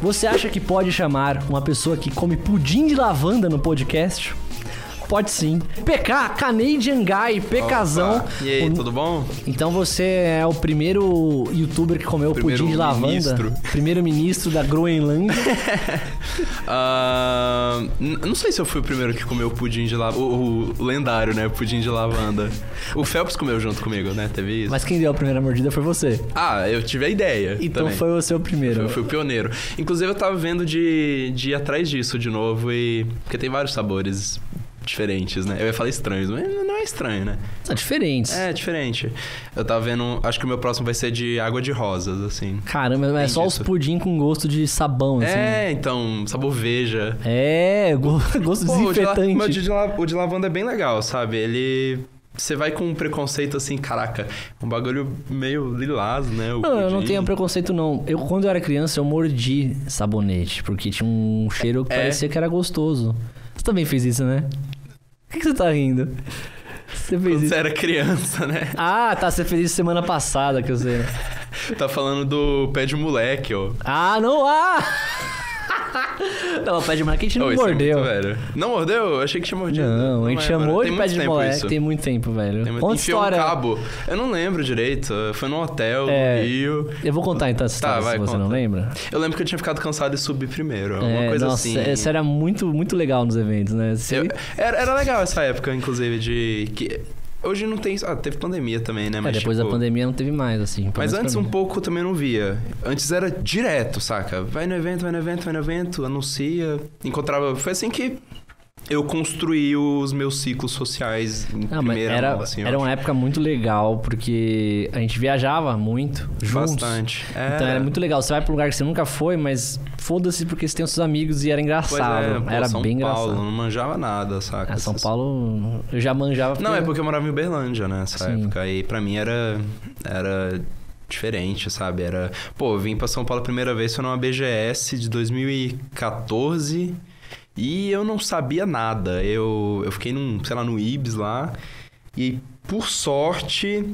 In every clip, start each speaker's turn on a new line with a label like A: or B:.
A: Você acha que pode chamar uma pessoa que come pudim de lavanda no podcast? Pode sim. PK, Canadian Guy, PKzão.
B: E aí,
A: O-
B: tudo bom?
A: Então você é o primeiro youtuber que comeu
B: Primeiro
A: pudim de lavanda.
B: ministro.
A: Primeiro ministro da Groenlândia.
B: Ah, n- não sei se eu fui o primeiro que comeu pudim de lavanda. O, o lendário, né? Pudim de lavanda. O Phelps comeu junto comigo, né? Teve isso.
A: Mas quem deu a primeira mordida foi você.
B: Ah, eu tive a ideia.
A: Então
B: também.
A: foi você o primeiro.
B: Eu fui o pioneiro. Inclusive, eu tava vendo de, de ir atrás disso de novo e. Porque tem vários sabores diferentes, né? Eu ia falar estranhos, mas não é estranho, né?
A: São diferentes.
B: É, diferente. Eu tava vendo. Acho que o meu próximo vai ser de água de rosas, assim.
A: Caramba, mas é
B: Tem
A: só
B: disso.
A: os pudim com gosto de sabão, assim.
B: É, então, sabor veja.
A: É, go- gosto
B: Pô, o de la-
A: desinfetante.
B: mas o de, la- o de lavanda é bem legal, sabe? Ele. Você vai com um preconceito assim, caraca, um bagulho meio lilás, né? O
A: Não, Ah, eu não
B: pudim.
A: tenho preconceito, não. Eu, quando eu era criança, eu mordi sabonete, porque tinha um cheiro que
B: É.
A: parecia que era gostoso. Você também fez isso, né? Por que, que você tá rindo? Você fez
B: Quando
A: isso.
B: você era criança, né?
A: Ah, tá, você fez isso semana passada, que eu sei.
B: Tá falando do pé de moleque, ó.
A: Ah, não, ah! Não, o pé de moleque a gente não
B: Ô, isso é
A: mordeu.
B: muito velho. Não mordeu? Eu achei que tinha mordido.
A: não, a gente
B: é,
A: chamou
B: mano.
A: de pé de
B: Tem muito tempo
A: moleque
B: isso.
A: tem muito tempo, velho.
B: Tem muito-
A: Conta
B: Enfiou
A: história.
B: um cabo. Eu não lembro direito. Foi num hotel
A: É.
B: no Rio.
A: Eu vou contar então essa
B: Tá,
A: história, se
B: vai,
A: você não
B: conta.
A: lembra.
B: Eu lembro que eu tinha ficado cansado e subi primeiro. Alguma
A: É,
B: coisa
A: nossa,
B: assim.
A: isso era muito, muito legal nos eventos, né? Se-
B: Eu- era, era legal essa época, inclusive, de. Que, hoje não tem. Ah, teve pandemia também, né?
A: É, depois da
B: tipo,
A: pandemia não teve mais, assim. pelo
B: Mas
A: menos
B: antes
A: pra
B: um
A: mim.
B: pouco eu também não via. Antes era direto, saca? Vai no evento, vai no evento, vai no evento, anuncia, encontrava. Foi assim que eu construí os meus ciclos sociais em
A: Não, mas
B: primeira
A: era,
B: mão, assim, eu
A: era uma época muito legal, porque a gente viajava muito,
B: acho.
A: juntos.
B: bastante. É,
A: Então era muito legal. Você vai pra um lugar que você nunca foi, mas foda-se porque você tem os seus amigos e era
B: Pois
A: engraçado.
B: é, pô,
A: era
B: São
A: bem
B: Paulo,
A: engraçado.
B: não manjava nada, saca?
A: Ah, São
B: Essas-
A: Paulo, eu já manjava.
B: Não, é porque eu morava em Uberlândia, né, nessa
A: Sim.
B: época. E pra mim era. Era diferente, sabe? Era. Pô, eu vim pra São Paulo a primeira vez, foi numa BGS de 2014. E eu não sabia nada. Eu, eu fiquei num, sei lá, no Ibis lá. E por sorte.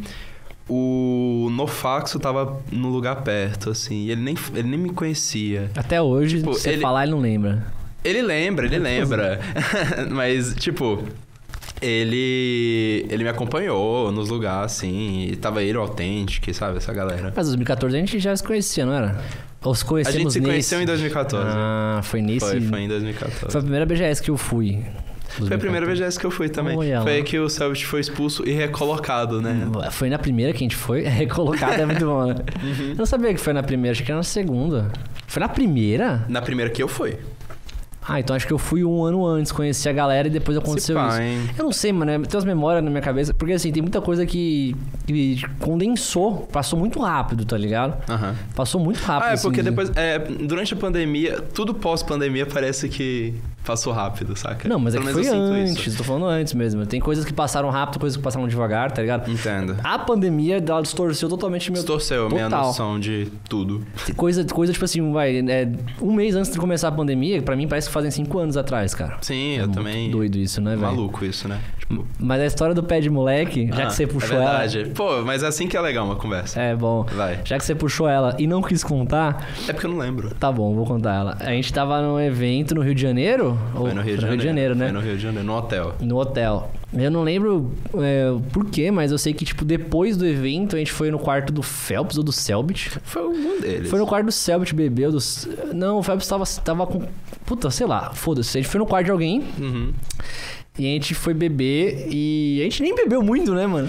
B: O Nofaxo tava no lugar perto, assim. E ele nem, ele nem me conhecia.
A: Até hoje,
B: Tipo,
A: você
B: ele-
A: falar, ele não lembra.
B: Ele lembra, ele lembra. Mas, tipo, ele. Ele me acompanhou nos lugares, assim. E tava ele o autêntico, sabe? Essa galera.
A: Mas 2014 a gente já se conhecia, não era? Ou se
B: A
A: conhecemos
B: gente se
A: nesse?
B: conheceu em 2014.
A: Ah, foi nesse.
B: foi, foi em
A: Foi a
B: 2014.
A: primeira BGS que eu fui.
B: Foi a primeira VGS que eu fui também.
A: tá Olha lá. Hum.
B: Foi aí que o Selbit foi expulso e recolocado, né?
A: Foi na primeira que a gente foi. Recolocado é muito bom, né?
B: Uhum.
A: Eu não sabia que foi na primeira, achei que era na segunda. Foi na primeira?
B: Na primeira que eu fui.
A: Ah, então acho que eu fui um ano antes, conheci a galera e depois aconteceu
B: pá,
A: isso.
B: hein?
A: Eu não sei, mano, é- tem umas memórias na minha cabeça, porque assim, tem muita coisa que, que condensou, passou muito rápido, tá ligado?
B: Aham.
A: Passou muito rápido.
B: Ah, é
A: assim,
B: porque
A: de-
B: depois. é, durante a pandemia, tudo pós-pandemia parece que passou rápido, saca?
A: Não, mas é
B: Pelo
A: que
B: menos
A: foi
B: eu sinto
A: antes,
B: Isso.
A: tô falando antes mesmo. Tem coisas que passaram rápido, coisas que passaram devagar, tá ligado?
B: Entendo.
A: A pandemia, ela distorceu totalmente meu
B: Distorceu a minha
A: Total.
B: noção de tudo.
A: Coisa, coisa tipo assim, vai, é, um mês antes de começar a pandemia, pra mim parece que fazem cinco anos atrás, cara.
B: Sim,
A: É
B: eu
A: muito
B: também.
A: Doido isso, né, velho?
B: Maluco isso, né? Tipo,
A: Mas a história do pé de moleque, já
B: ah,
A: que você puxou
B: é
A: ela.
B: verdade. Pô, mas é assim que é legal uma conversa.
A: É bom.
B: Vai.
A: Já que você puxou ela e não quis contar,
B: É porque eu não lembro.
A: tá bom, vou contar ela. A gente tava num evento no Rio de Janeiro?
B: Foi no Rio de Janeiro.
A: né?
B: Foi no Rio de Janeiro, no hotel.
A: No hotel. Eu não lembro é, por quê, mas eu sei que, tipo, depois do evento, a gente foi no quarto do Phelps ou do Selbit.
B: Foi algum deles.
A: Foi no quarto do Selbit, bebeu. Do... Não, o Phelps tava, tava com. Puta, sei lá, foda-se. A gente foi no quarto de alguém
B: Uhum.
A: e a gente foi beber e a gente nem bebeu muito, né, mano?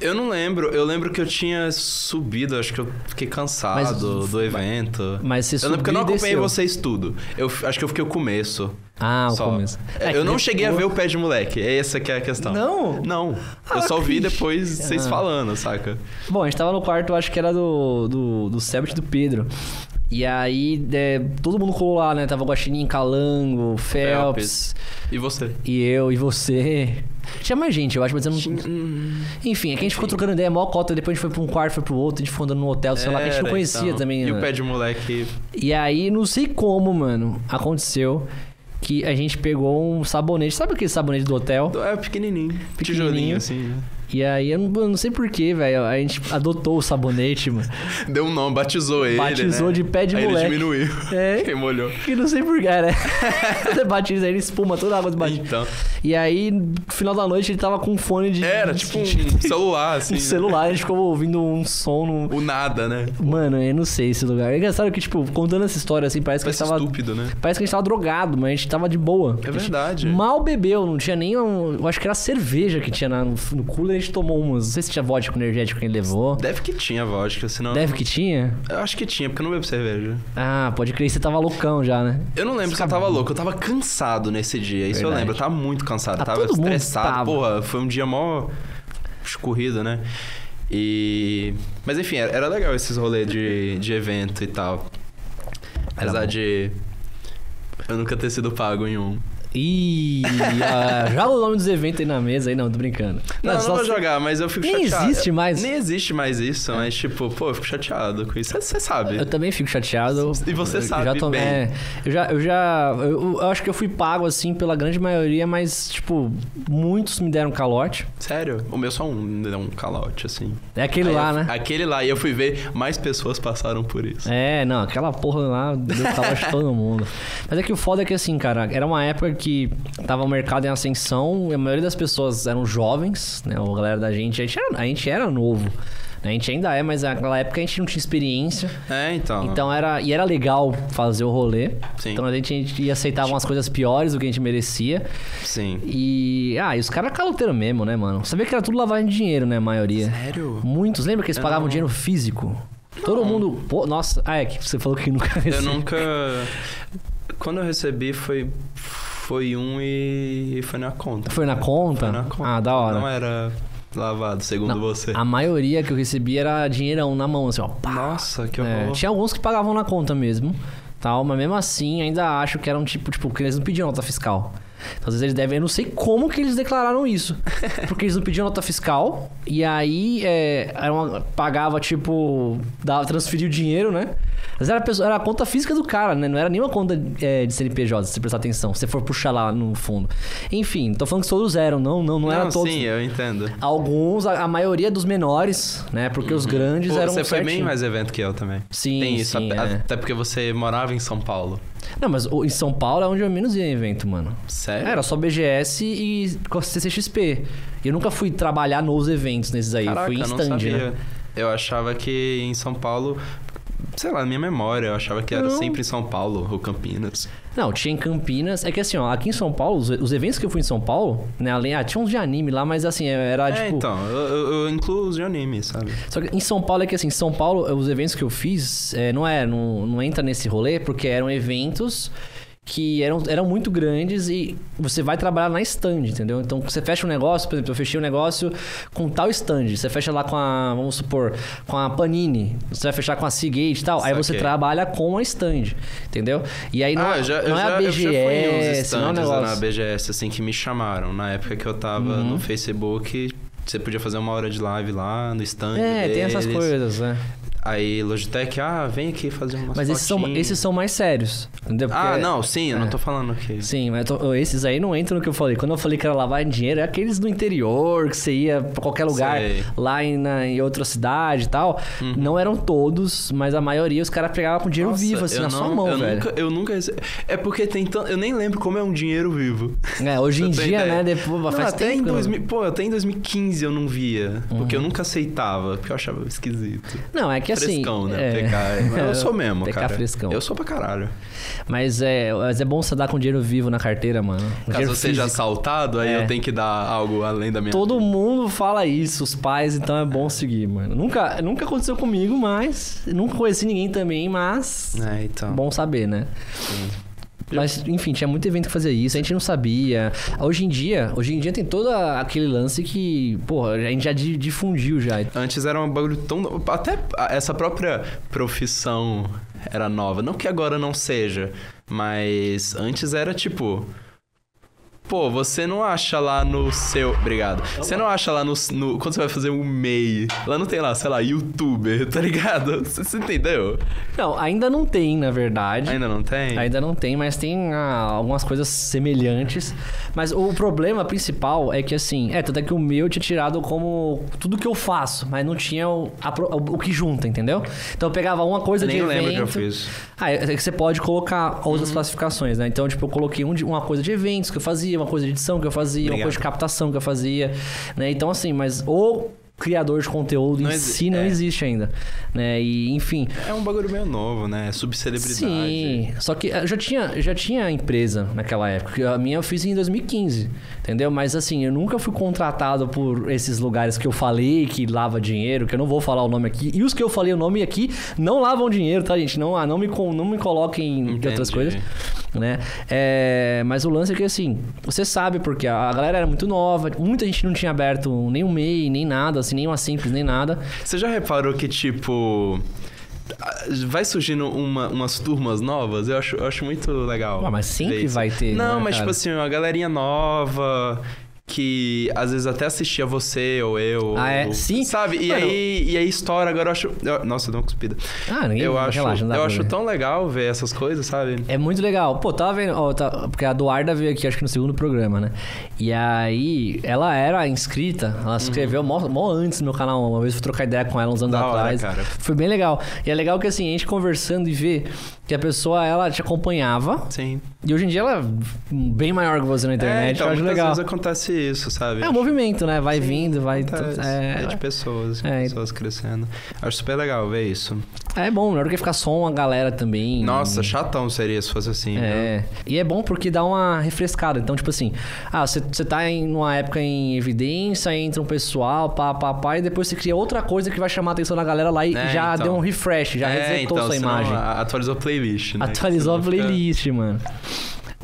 B: Eu não lembro. Eu lembro que eu tinha subido, acho que eu fiquei cansado
A: Mas-
B: do evento.
A: Mas você
B: eu lembro que
A: subiu
B: eu não
A: e
B: acompanhei
A: desceu.
B: vocês tudo. Eu f- acho que eu fiquei o começo.
A: Ah, o
B: só.
A: começo.
B: É,
A: É que
B: eu não
A: depois-
B: cheguei a ver o pé de moleque. É essa que é a questão.
A: Não?
B: Não.
A: Ah,
B: eu só vi
A: Cris.
B: depois vocês
A: Ah.
B: falando, saca?
A: Bom, a gente tava no quarto, acho que era do, do, do Selbit e do Pedro. E aí, é, todo mundo colou lá, né? Tava o Guaxinim, Calango, Phelps.
B: E você?
A: E eu, e você. Tinha mais gente, eu acho, mas eu não. Enfim, é que a gente ficou trocando ideia, mó cota, depois a gente foi pra um quarto, foi pro outro, a gente ficou andando no hotel, sei lá, que a gente não
B: Era,
A: conhecia
B: então.
A: também.
B: E
A: né?
B: o pé de moleque
A: E aí, não sei como, mano, aconteceu que a gente pegou um sabonete. Sabe aquele sabonete do hotel?
B: É pequenininho.
A: Pequenininho.
B: Tijolinho, assim. né?
A: E aí, eu não, eu não sei porquê, velho. A gente adotou o sabonete, mano.
B: Deu um nome, batizou ele.
A: Batizou
B: né?
A: de pé de
B: Aí
A: moleque.
B: Ele diminuiu.
A: É.
B: Quem molhou.
A: Que não sei porquê, né? Você batiza ele, espuma toda a água do batismo.
B: Então.
A: E aí, no final da noite, ele tava com um fone de.
B: Era
A: de-
B: tipo
A: de-
B: um celular,
A: um
B: assim.
A: celular, a gente ficou ouvindo um som no.
B: O nada, né?
A: Mano, eu não sei esse lugar. É engraçado que, tipo, contando essa história, assim, parece,
B: Parece
A: que a gente tava.
B: estúpido, né?
A: Parece que a gente tava drogado, mas a gente tava de boa.
B: É
A: A gente
B: verdade.
A: Mal bebeu, não tinha nem. Um, eu acho que era cerveja que tinha na- no, no cooler, a gente tomou umas. Não sei se tinha vodka com energético que ele levou.
B: Deve que tinha vodka, senão.
A: Deve que tinha?
B: Eu acho que tinha, porque eu não bebo cerveja.
A: Ah, pode crer, você tava loucão já, né?
B: Eu não lembro se eu tava louco, eu tava cansado nesse dia. Isso eu
A: Verdade.
B: lembro, eu tava muito cansado,
A: Ah,
B: tava
A: todo mundo
B: estressado.
A: tava.
B: Porra, foi um dia mó escorrido, né? E. Mas enfim, era, era legal esses rolês de, de evento e tal. Apesar
A: bom.
B: de. Eu nunca ter sido pago em um.
A: Ih, ah, joga o nome dos eventos aí na mesa aí, não, tô brincando.
B: Não, não,
A: só
B: vou
A: se-
B: jogar, mas eu fico
A: Nem
B: chateado.
A: existe mais. É.
B: Nem existe mais isso, mas tipo, pô, eu fico chateado com isso. Você sabe.
A: Eu também fico chateado.
B: E você
A: eu,
B: sabe
A: já tomei,
B: bem.
A: é, eu já, eu já, eu, eu acho que eu fui pago assim pela grande maioria, mas tipo muitos me deram calote.
B: Sério? O meu só um, deu um calote, assim.
A: É aquele
B: Aí
A: lá,
B: eu-
A: né?
B: Aquele lá, e eu fui ver, mais pessoas passaram por isso.
A: É, não, aquela porra lá deu calote em todo mundo. Mas é que o foda é que assim, cara, era uma época que tava o mercado em ascensão, e a maioria das pessoas eram jovens, né? A galera da gente, a gente era, a gente era novo. né, A gente ainda é, mas naquela época a gente não tinha experiência.
B: É, então.
A: Então era. E era legal fazer o rolê.
B: Sim.
A: Então a gente, a gente aceitava umas coisas piores do que a gente merecia.
B: Sim.
A: E. Ah, e os caras caloteiros mesmo, né, mano? Sabia que era tudo lavagem de dinheiro, né, a maioria.
B: Sério?
A: Muitos, lembra que eles pagavam
B: não-
A: dinheiro físico? Todo mundo. Pô, nossa, ah, é que você falou que nunca
B: Eu
A: recebeu.
B: nunca. Quando eu recebi foi. Foi um e. e Foi na conta.
A: Foi na conta?
B: Foi na conta.
A: Ah, da hora.
B: Não é. era lavado, segundo
A: Não,
B: você.
A: A maioria que eu recebi era dinheirão na mão, assim, ó. Pá.
B: Nossa, que
A: É,
B: horror.
A: tinha alguns que pagavam na conta mesmo, tal, mas mesmo assim ainda acho que era um tipo, tipo, que eles não pediam nota fiscal. Então, às vezes eles devem, eu não sei como que eles declararam isso. Porque eles não pediam nota fiscal, e aí é, era uma- pagava, tipo, dava, transferia o dinheiro, né? Mas era a, pessoa- era a conta física do cara, né? Não era nenhuma conta é, de CNPJ, se você prestar atenção, se você for puxar lá no fundo. Enfim, tô falando que todos eram, não, não, não, era todos.
B: Sim, eu entendo.
A: Alguns, a, a maioria dos menores, né? Porque os grandes
B: Uhum. Pô,
A: eram
B: você foi bem
A: certinho.
B: mais evento que eu também.
A: Sim,
B: Tem isso,
A: sim,
B: até,
A: é.
B: até porque você morava em São Paulo.
A: Não, mas o- em São Paulo é onde eu menos ia em evento, mano.
B: Sério?
A: Era só BGS e CCXP. E eu nunca fui trabalhar nos eventos nesses aí. eu
B: Caraca,
A: fui em
B: eu não
A: stand,
B: sabia.
A: né?
B: Eu achava que em São Paulo. Sei lá, na minha memória, eu achava que era
A: Não.
B: sempre em São Paulo ou Campinas.
A: Não, tinha em Campinas. É que assim, ó, aqui em São Paulo, os, os eventos que eu fui em São Paulo, né? Além, ah, tinha uns de anime lá, mas assim, era
B: é,
A: tipo.
B: então, eu, eu- eu incluo os de anime, sabe?
A: Só que em São Paulo é que assim, em São Paulo, eh, os eventos que eu fiz, eh, não é, não, não entra nesse rolê, porque eram eventos que eram, eram muito grandes e você vai trabalhar na stand, entendeu? Então você fecha um negócio, por exemplo, eu fechei um negócio com tal stand, você fecha lá com a, vamos supor, com a Panini, você vai fechar com a Seagate e tal, aí você
B: Saquei.
A: trabalha com a stand, entendeu? E aí não,
B: ah, eu já, eu
A: não é
B: já,
A: a
B: eu já fui em uns
A: BGS, não é um
B: stands né, na
A: negócio. Uhum.
B: BGS, assim, que me chamaram. Na época que eu tava no Facebook, você podia fazer uma hora de live lá no stand
A: É, tem essas
B: deles.
A: coisas, né?
B: Aí, Logitech, ah, vem aqui fazer uma
A: Mas esses são, esses são mais sérios, entendeu?
B: Ah,
A: Porque-
B: não, sim, eu não tô falando aqui.
A: Sim, mas eu tô- esses aí não entram no que eu falei. Quando eu falei que era lavagem de dinheiro, é aqueles do interior, que você ia pra qualquer lugar,
B: Sei. Uhum.
A: lá em, na- em outra cidade e tal. Não eram todos, mas a maioria os caras pegavam com dinheiro
B: Nossa,
A: vivo, assim,
B: eu
A: na sua
B: não-
A: mão,
B: eu
A: velho.
B: Nunca, eu nunca rece- É porque tem tanto. Eu nem lembro como é um dinheiro vivo.
A: É, hoje em
B: Pra ter
A: dia,
B: ideia.
A: né? Depois,
B: Não,
A: faz
B: até
A: tempo. que
B: em
A: eu não-
B: 2000, Pô, até em 2015 eu não via. Porque eu nunca aceitava. Porque eu achava esquisito.
A: Não, é que assim.
B: frescão, né?
A: é.
B: PK. Mas Eu sou mesmo,
A: PK
B: cara.
A: frescão.
B: Eu sou pra caralho.
A: Mas é, mas é bom você dar com dinheiro vivo na carteira, mano.
B: Caso
A: Dinheiro
B: eu seja
A: físico.
B: assaltado, aí
A: É.
B: eu tenho que dar algo além da minha.
A: Todo mundo fala isso, os pais, então é bom seguir, mano. Nunca, nunca aconteceu comigo, mas. Nunca conheci ninguém também, mas.
B: É, então.
A: Bom saber, né? Mas, enfim, tinha muito evento que fazia isso, a gente não sabia. Hoje em dia, hoje em dia tem todo aquele lance que, porra, a gente já di- difundiu já.
B: Antes era um bagulho tão. no- Até a- essa própria profissão era nova. Não que agora não seja, mas antes era tipo. Pô, você não acha lá no seu. Obrigado. Você não acha lá no. no- Quando você vai fazer um MEI. Lá não tem lá, sei lá, youtuber, tá ligado? Você, você entendeu?
A: Não, ainda não tem, na verdade.
B: Ainda não tem?
A: Ainda não tem, mas tem ah, algumas coisas semelhantes. Mas o problema principal é que, assim, é, tanto é que o meu tinha tirado como tudo que eu faço, mas não tinha o, a pro- o que junta, entendeu? Então eu pegava uma coisa
B: Eu nem
A: de
B: lembro
A: evento.
B: que eu fiz. Uhum.
A: Ah, é é que você pode colocar outras classificações, né? Então, tipo, eu coloquei um de- uma coisa de eventos que eu fazia, uma coisa de edição que eu fazia, uma
B: Obrigado.
A: coisa de captação que eu fazia, né? Então, assim, mas o criador de conteúdo
B: Não
A: em
B: exi-
A: si não
B: é.
A: existe ainda, né? E, enfim,
B: É um bagulho meio novo, né? Subcelebridade.
A: Sim, só que eu já tinha, já tinha empresa naquela época. que A minha eu fiz em 2015, entendeu? Mas assim, eu nunca fui contratado por esses lugares que eu falei que lava dinheiro, que eu não vou falar o nome aqui. E os que eu falei o nome aqui não lavam dinheiro, tá, gente? Não, ah, não, me, con- não me coloquem em
B: Entendi.
A: outras coisas. Né? É, mas o lance é que assim, você sabe porque a a galera era muito nova, muita gente não tinha aberto nem um MEI, nem nada, assim, nem uma simples, nem nada.
B: Você já reparou que, tipo. a- Vai surgindo uma- umas turmas novas? Eu acho, eu acho muito legal.
A: Ah, mas sempre
B: ver isso.
A: vai ter,
B: Não,
A: né,
B: mas, tipo
A: cara?
B: assim, uma galerinha nova. Que às vezes até assistia você ou eu.
A: Ah, é?
B: ou-
A: Sim.
B: Sabe? E
A: Mano.
B: aí, e aí estoura. Agora eu acho. eu- nossa, eu dou uma cuspida.
A: Ah, ninguém
B: eu acho,
A: relaxa, não dá
B: eu
A: pra
B: acho
A: ver.
B: tão legal ver essas coisas, sabe?
A: É muito legal. Pô, tava vendo. ó, tá- porque a Duarda veio aqui, acho que no segundo programa, né? E aí, ela era inscrita, ela se inscreveu mó, mó antes no meu canal. Uma vez eu fui trocar ideia com ela uns anos
B: Uhum. Da hora,
A: atrás.
B: cara.
A: Foi bem legal. E é legal que assim, a gente conversando e ver que a pessoa, ela te acompanhava.
B: Sim.
A: E hoje em dia ela é bem maior que você na internet.
B: é, então,
A: eu acho
B: muitas
A: legal.
B: vezes acontece isso, sabe?
A: É um movimento, né? Vai vindo, vai.
B: Acontece.
A: É,
B: É de pessoas,
A: É.
B: pessoas crescendo. Acho super legal ver isso.
A: é bom, melhor do que ficar só uma galera também.
B: Nossa, chatão seria se fosse assim. né?
A: É. E é bom porque dá uma refrescada. Então, tipo assim, ah, você você tá em uma época em evidência, entra um pessoal, pá, pá, pá, e depois você cria outra coisa que vai chamar a atenção da galera lá e
B: É,
A: já
B: então.
A: deu um refresh, já
B: É,
A: resetou
B: então,
A: sua
B: senão
A: imagem.
B: a- Atualizou a playlist, né?
A: Atualizou a
B: Senão fica-
A: playlist, mano.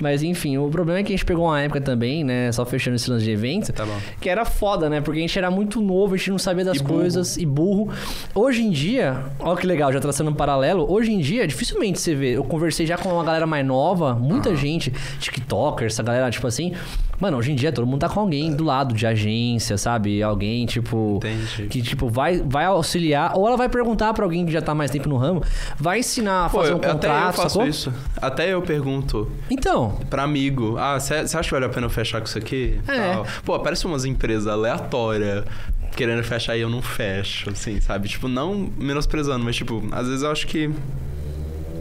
A: Mas enfim, o problema é que a gente pegou uma época também, né? Só fechando esse lance de evento.
B: Tá bom.
A: Que era foda, né? Porque a gente era muito novo, a gente não sabia das
B: E burro.
A: coisas e burro. Hoje em dia, ó que legal, já traçando um paralelo. Hoje em dia, dificilmente você vê. Eu conversei já com uma galera mais nova,
B: Ah.
A: muita gente, TikToker, essa galera, tipo assim. Mano, hoje em dia todo mundo tá com alguém do lado de agência, sabe? Alguém, tipo.
B: Entendi.
A: Que, tipo, vai, vai auxiliar. Ou ela vai perguntar pra alguém que já tá mais tempo no ramo, vai ensinar a
B: Pô,
A: fazer
B: eu-
A: um contrato,
B: até eu faço
A: sacou?
B: isso. Até eu pergunto
A: Então,
B: pra amigo. Ah, você acha que vale a pena eu fechar com isso aqui?
A: É.
B: Tal. Pô, parece umas empresas aleatórias querendo fechar e eu não fecho, assim, sabe? Tipo, não menosprezando, mas tipo, às vezes eu acho que...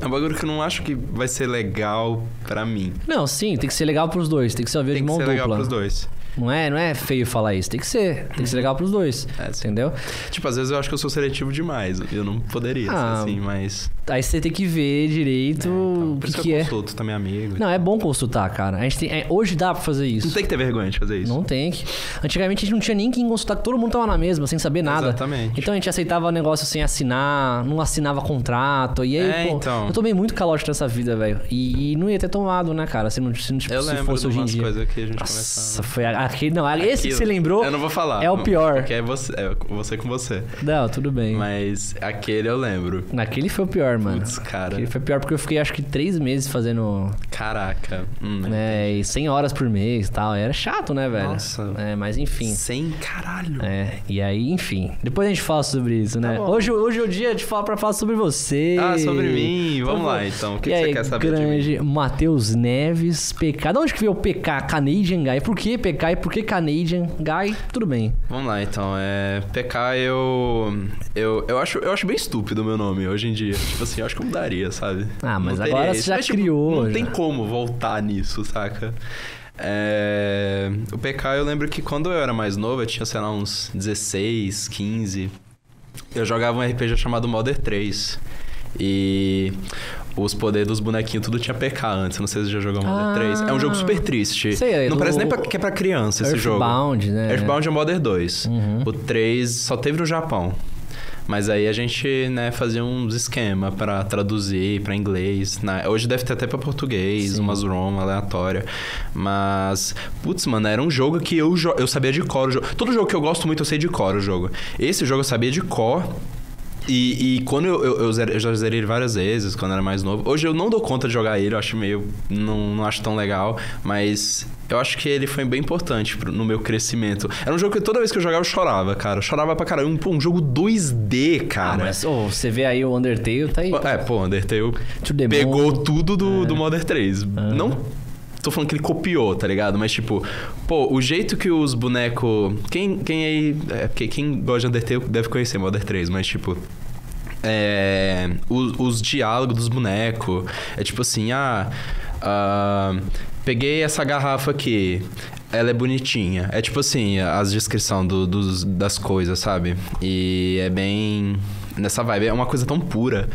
B: É um bagulho que eu não acho que vai ser legal pra mim.
A: não, sim, tem que ser legal pros dois, tem que ser uma vez
B: Tem
A: de
B: que
A: mão
B: ser legal
A: dupla.
B: pros dois.
A: Não é, não é feio falar isso, tem que ser, tem que ser legal pros dois,
B: É, sim.
A: entendeu?
B: Tipo, às vezes eu acho que eu sou seletivo demais. Eu não poderia
A: Ah,
B: ser assim, mas...
A: Aí você tem que ver direito
B: Então,
A: o
B: por
A: que,
B: isso que,
A: que
B: eu
A: é.
B: consulto também amigo.
A: Não, é bom consultar, cara. A gente tem- é, hoje dá pra fazer isso.
B: Não tem que ter vergonha de fazer isso.
A: Não tem que. Antigamente a gente não tinha nem quem consultar, que todo mundo tava na mesma, sem saber nada.
B: Exatamente.
A: Então a gente aceitava negócio sem assinar, não assinava contrato. E aí,
B: É,
A: pô,
B: então.
A: eu tomei muito calote nessa vida, velho. E, e não ia ter tomado, né, cara? Se não, se, não, tipo,
B: Eu
A: se
B: lembro
A: fosse
B: de
A: hoje em
B: umas
A: dia.
B: coisas que a gente
A: Nossa,
B: conversava.
A: foi a- aquele. Não, esse que
B: Aquilo-
A: você lembrou.
B: Eu não vou falar.
A: é o
B: não,
A: pior.
B: Porque é você, é você com você.
A: Não, tudo bem.
B: Mas aquele eu lembro.
A: Naquele foi o pior, mano.
B: Putz, cara. né?
A: Aquele foi o pior porque eu fiquei acho que três meses fazendo,
B: Caraca. Hum,
A: né, e 100 horas por mês e tal. Era chato, né, velho?
B: Nossa.
A: É, mas enfim.
B: Sem caralho.
A: É, e aí, enfim. Depois a gente fala sobre isso, né?
B: Tá bom.
A: hoje, hoje é o dia de falar pra falar sobre você.
B: Ah, sobre mim. Vamos
A: Então,
B: lá, então. O que,
A: e
B: que
A: aí,
B: você quer saber de mim?
A: grande Matheus Neves, PK. De onde que veio o PK? Canadian Guy. Por que PK e por que Canadian Guy? Tudo bem.
B: Vamos lá, então. É, PK, eu, eu. Eu acho eu acho bem estúpido o meu nome hoje em dia. Tipo assim, eu acho que eu mudaria, sabe?
A: Ah, mas
B: Não teria
A: agora
B: isso.
A: você já
B: Mas, tipo,
A: criou,
B: Não
A: já.
B: tem como voltar nisso, saca? É, o PK, eu lembro que quando eu era mais novo, eu tinha, sei lá, uns 16, 15. Eu jogava um RPG chamado Modern 3. E os poderes dos bonequinhos tudo tinha PK antes. Eu Não sei se você já jogou Modern
A: Ah.
B: 3. É um jogo super triste.
A: Sei, é
B: não
A: do-
B: parece nem pra, que é pra criança esse jogo.
A: Earthbound, né? Uhum.
B: Earthbound é o Modern 2. O 3 só teve no Japão. Mas aí a gente, né, fazia uns esquema pra traduzir pra inglês. né? Hoje deve ter até pra português,
A: Sim.
B: umas ROM aleatória. Mas, putz, mano, era um jogo que eu, jo- eu sabia de cor. O jogo. Todo jogo que eu gosto muito, eu sei de cor o jogo. Esse jogo eu sabia de cor. E, e quando eu, eu, eu zere- eu já zerei ele várias vezes, quando era mais novo. Hoje eu não dou conta de jogar ele, eu acho meio. Não, não acho tão legal. Mas Eu acho que ele foi bem importante pro- no meu crescimento. Era um jogo que toda vez que eu jogava eu chorava, cara. Eu chorava pra caramba. Pô, um jogo 2D,
A: Ah,
B: cara.
A: mas ô, você vê aí o Undertale, tá aí.
B: É, né? pô, Undertale
A: To the
B: pegou
A: moon. É. Ah.
B: tudo do, do Modern 3. Não tô falando que ele copiou, tá ligado? Mas, tipo, pô, o jeito que os bonecos. Quem, quem aí. É, porque quem gosta de Undertale deve conhecer Modern 3, mas, tipo. É, os, os diálogos dos bonecos. É tipo assim, ah. ah, peguei essa garrafa aqui. Ela é bonitinha. É tipo assim, as descrições das coisas, sabe? E é bem. Nessa vibe. É uma coisa tão pura.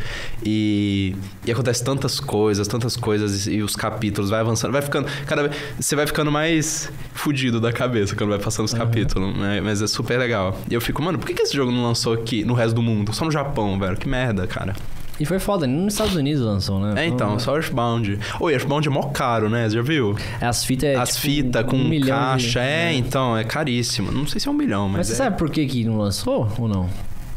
B: E, e acontece tantas coisas, tantas coisas. E, e os capítulos vai avançando. Vai ficando. Cara, você vai ficando mais fudido da cabeça quando vai passando os capítulos. né? Mas é super legal. E eu fico, mano, por que, que esse jogo não lançou aqui no resto do mundo? Só no Japão, velho. Que merda, cara.
A: E foi foda, nem nos Estados Unidos lançou, né?
B: É, então, só Earthbound. Ô, Earthbound é mó caro, né? Você já viu?
A: As fitas é,
B: As
A: tipo,
B: fitas com
A: um milhão de-
B: caixa. É, então, é caríssimo. Não sei se é um milhão, mas.
A: Mas você
B: é-
A: sabe por que, que não lançou ou não?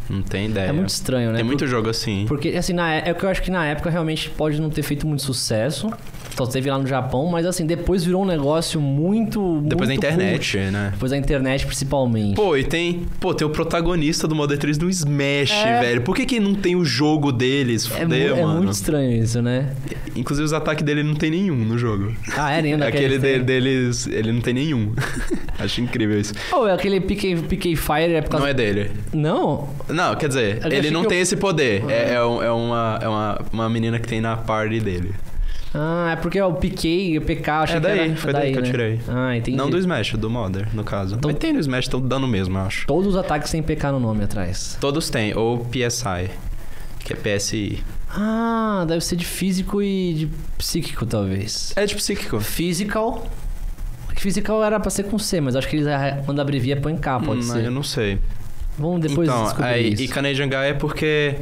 B: Não tem ideia.
A: É, muito estranho, né?
B: Tem muito jogo assim.
A: Porque, assim, na, é o que eu acho que na época realmente pode não ter feito muito sucesso. Só teve lá no Japão, mas assim, depois virou um negócio muito.
B: Depois da
A: muito
B: internet,
A: cult.
B: né?
A: Depois da internet, principalmente.
B: Pô, e tem. Pô, tem o protagonista do Modern 3 no Smash,
A: É.
B: velho. Por que, que não tem o jogo deles?
A: é,
B: Fudeu,
A: mu- é
B: mano.
A: muito estranho isso, né?
B: Inclusive, os ataques dele não tem nenhum no jogo.
A: Ah, é, nenhum
B: Aquele
A: daqueles.
B: de-
A: tem.
B: deles, ele não tem nenhum. Acho incrível isso.
A: Ou é aquele PK, PK Fire é por
B: Não
A: causa.
B: é dele.
A: Não?
B: Não, quer dizer,
A: Eu
B: ele
A: achei
B: não
A: que
B: tem
A: eu- Ah.
B: esse poder. É, é um- é uma, é uma, uma menina que tem na party dele.
A: Ah, é porque o PK, o PK, eu achei
B: É daí,
A: que era,
B: foi daí que eu
A: né?
B: tirei.
A: Ah, entendi.
B: Não do Smash, do Modern, no caso.
A: Então-
B: Mas tem no Smash, estão dando mesmo, eu acho.
A: Todos os ataques têm PK no nome atrás.
B: Todos têm, ou PSI, que é PSI.
A: Ah, deve ser de físico e de psíquico, talvez.
B: É de psíquico.
A: Physical. Physical era pra ser com C, mas acho que eles ah, quando abrevia põe K, pode
B: Hum,
A: ser.
B: Eu não sei.
A: Vamos depois
B: então,
A: descobrir
B: aí,
A: isso.
B: E Canadian Guy é porque.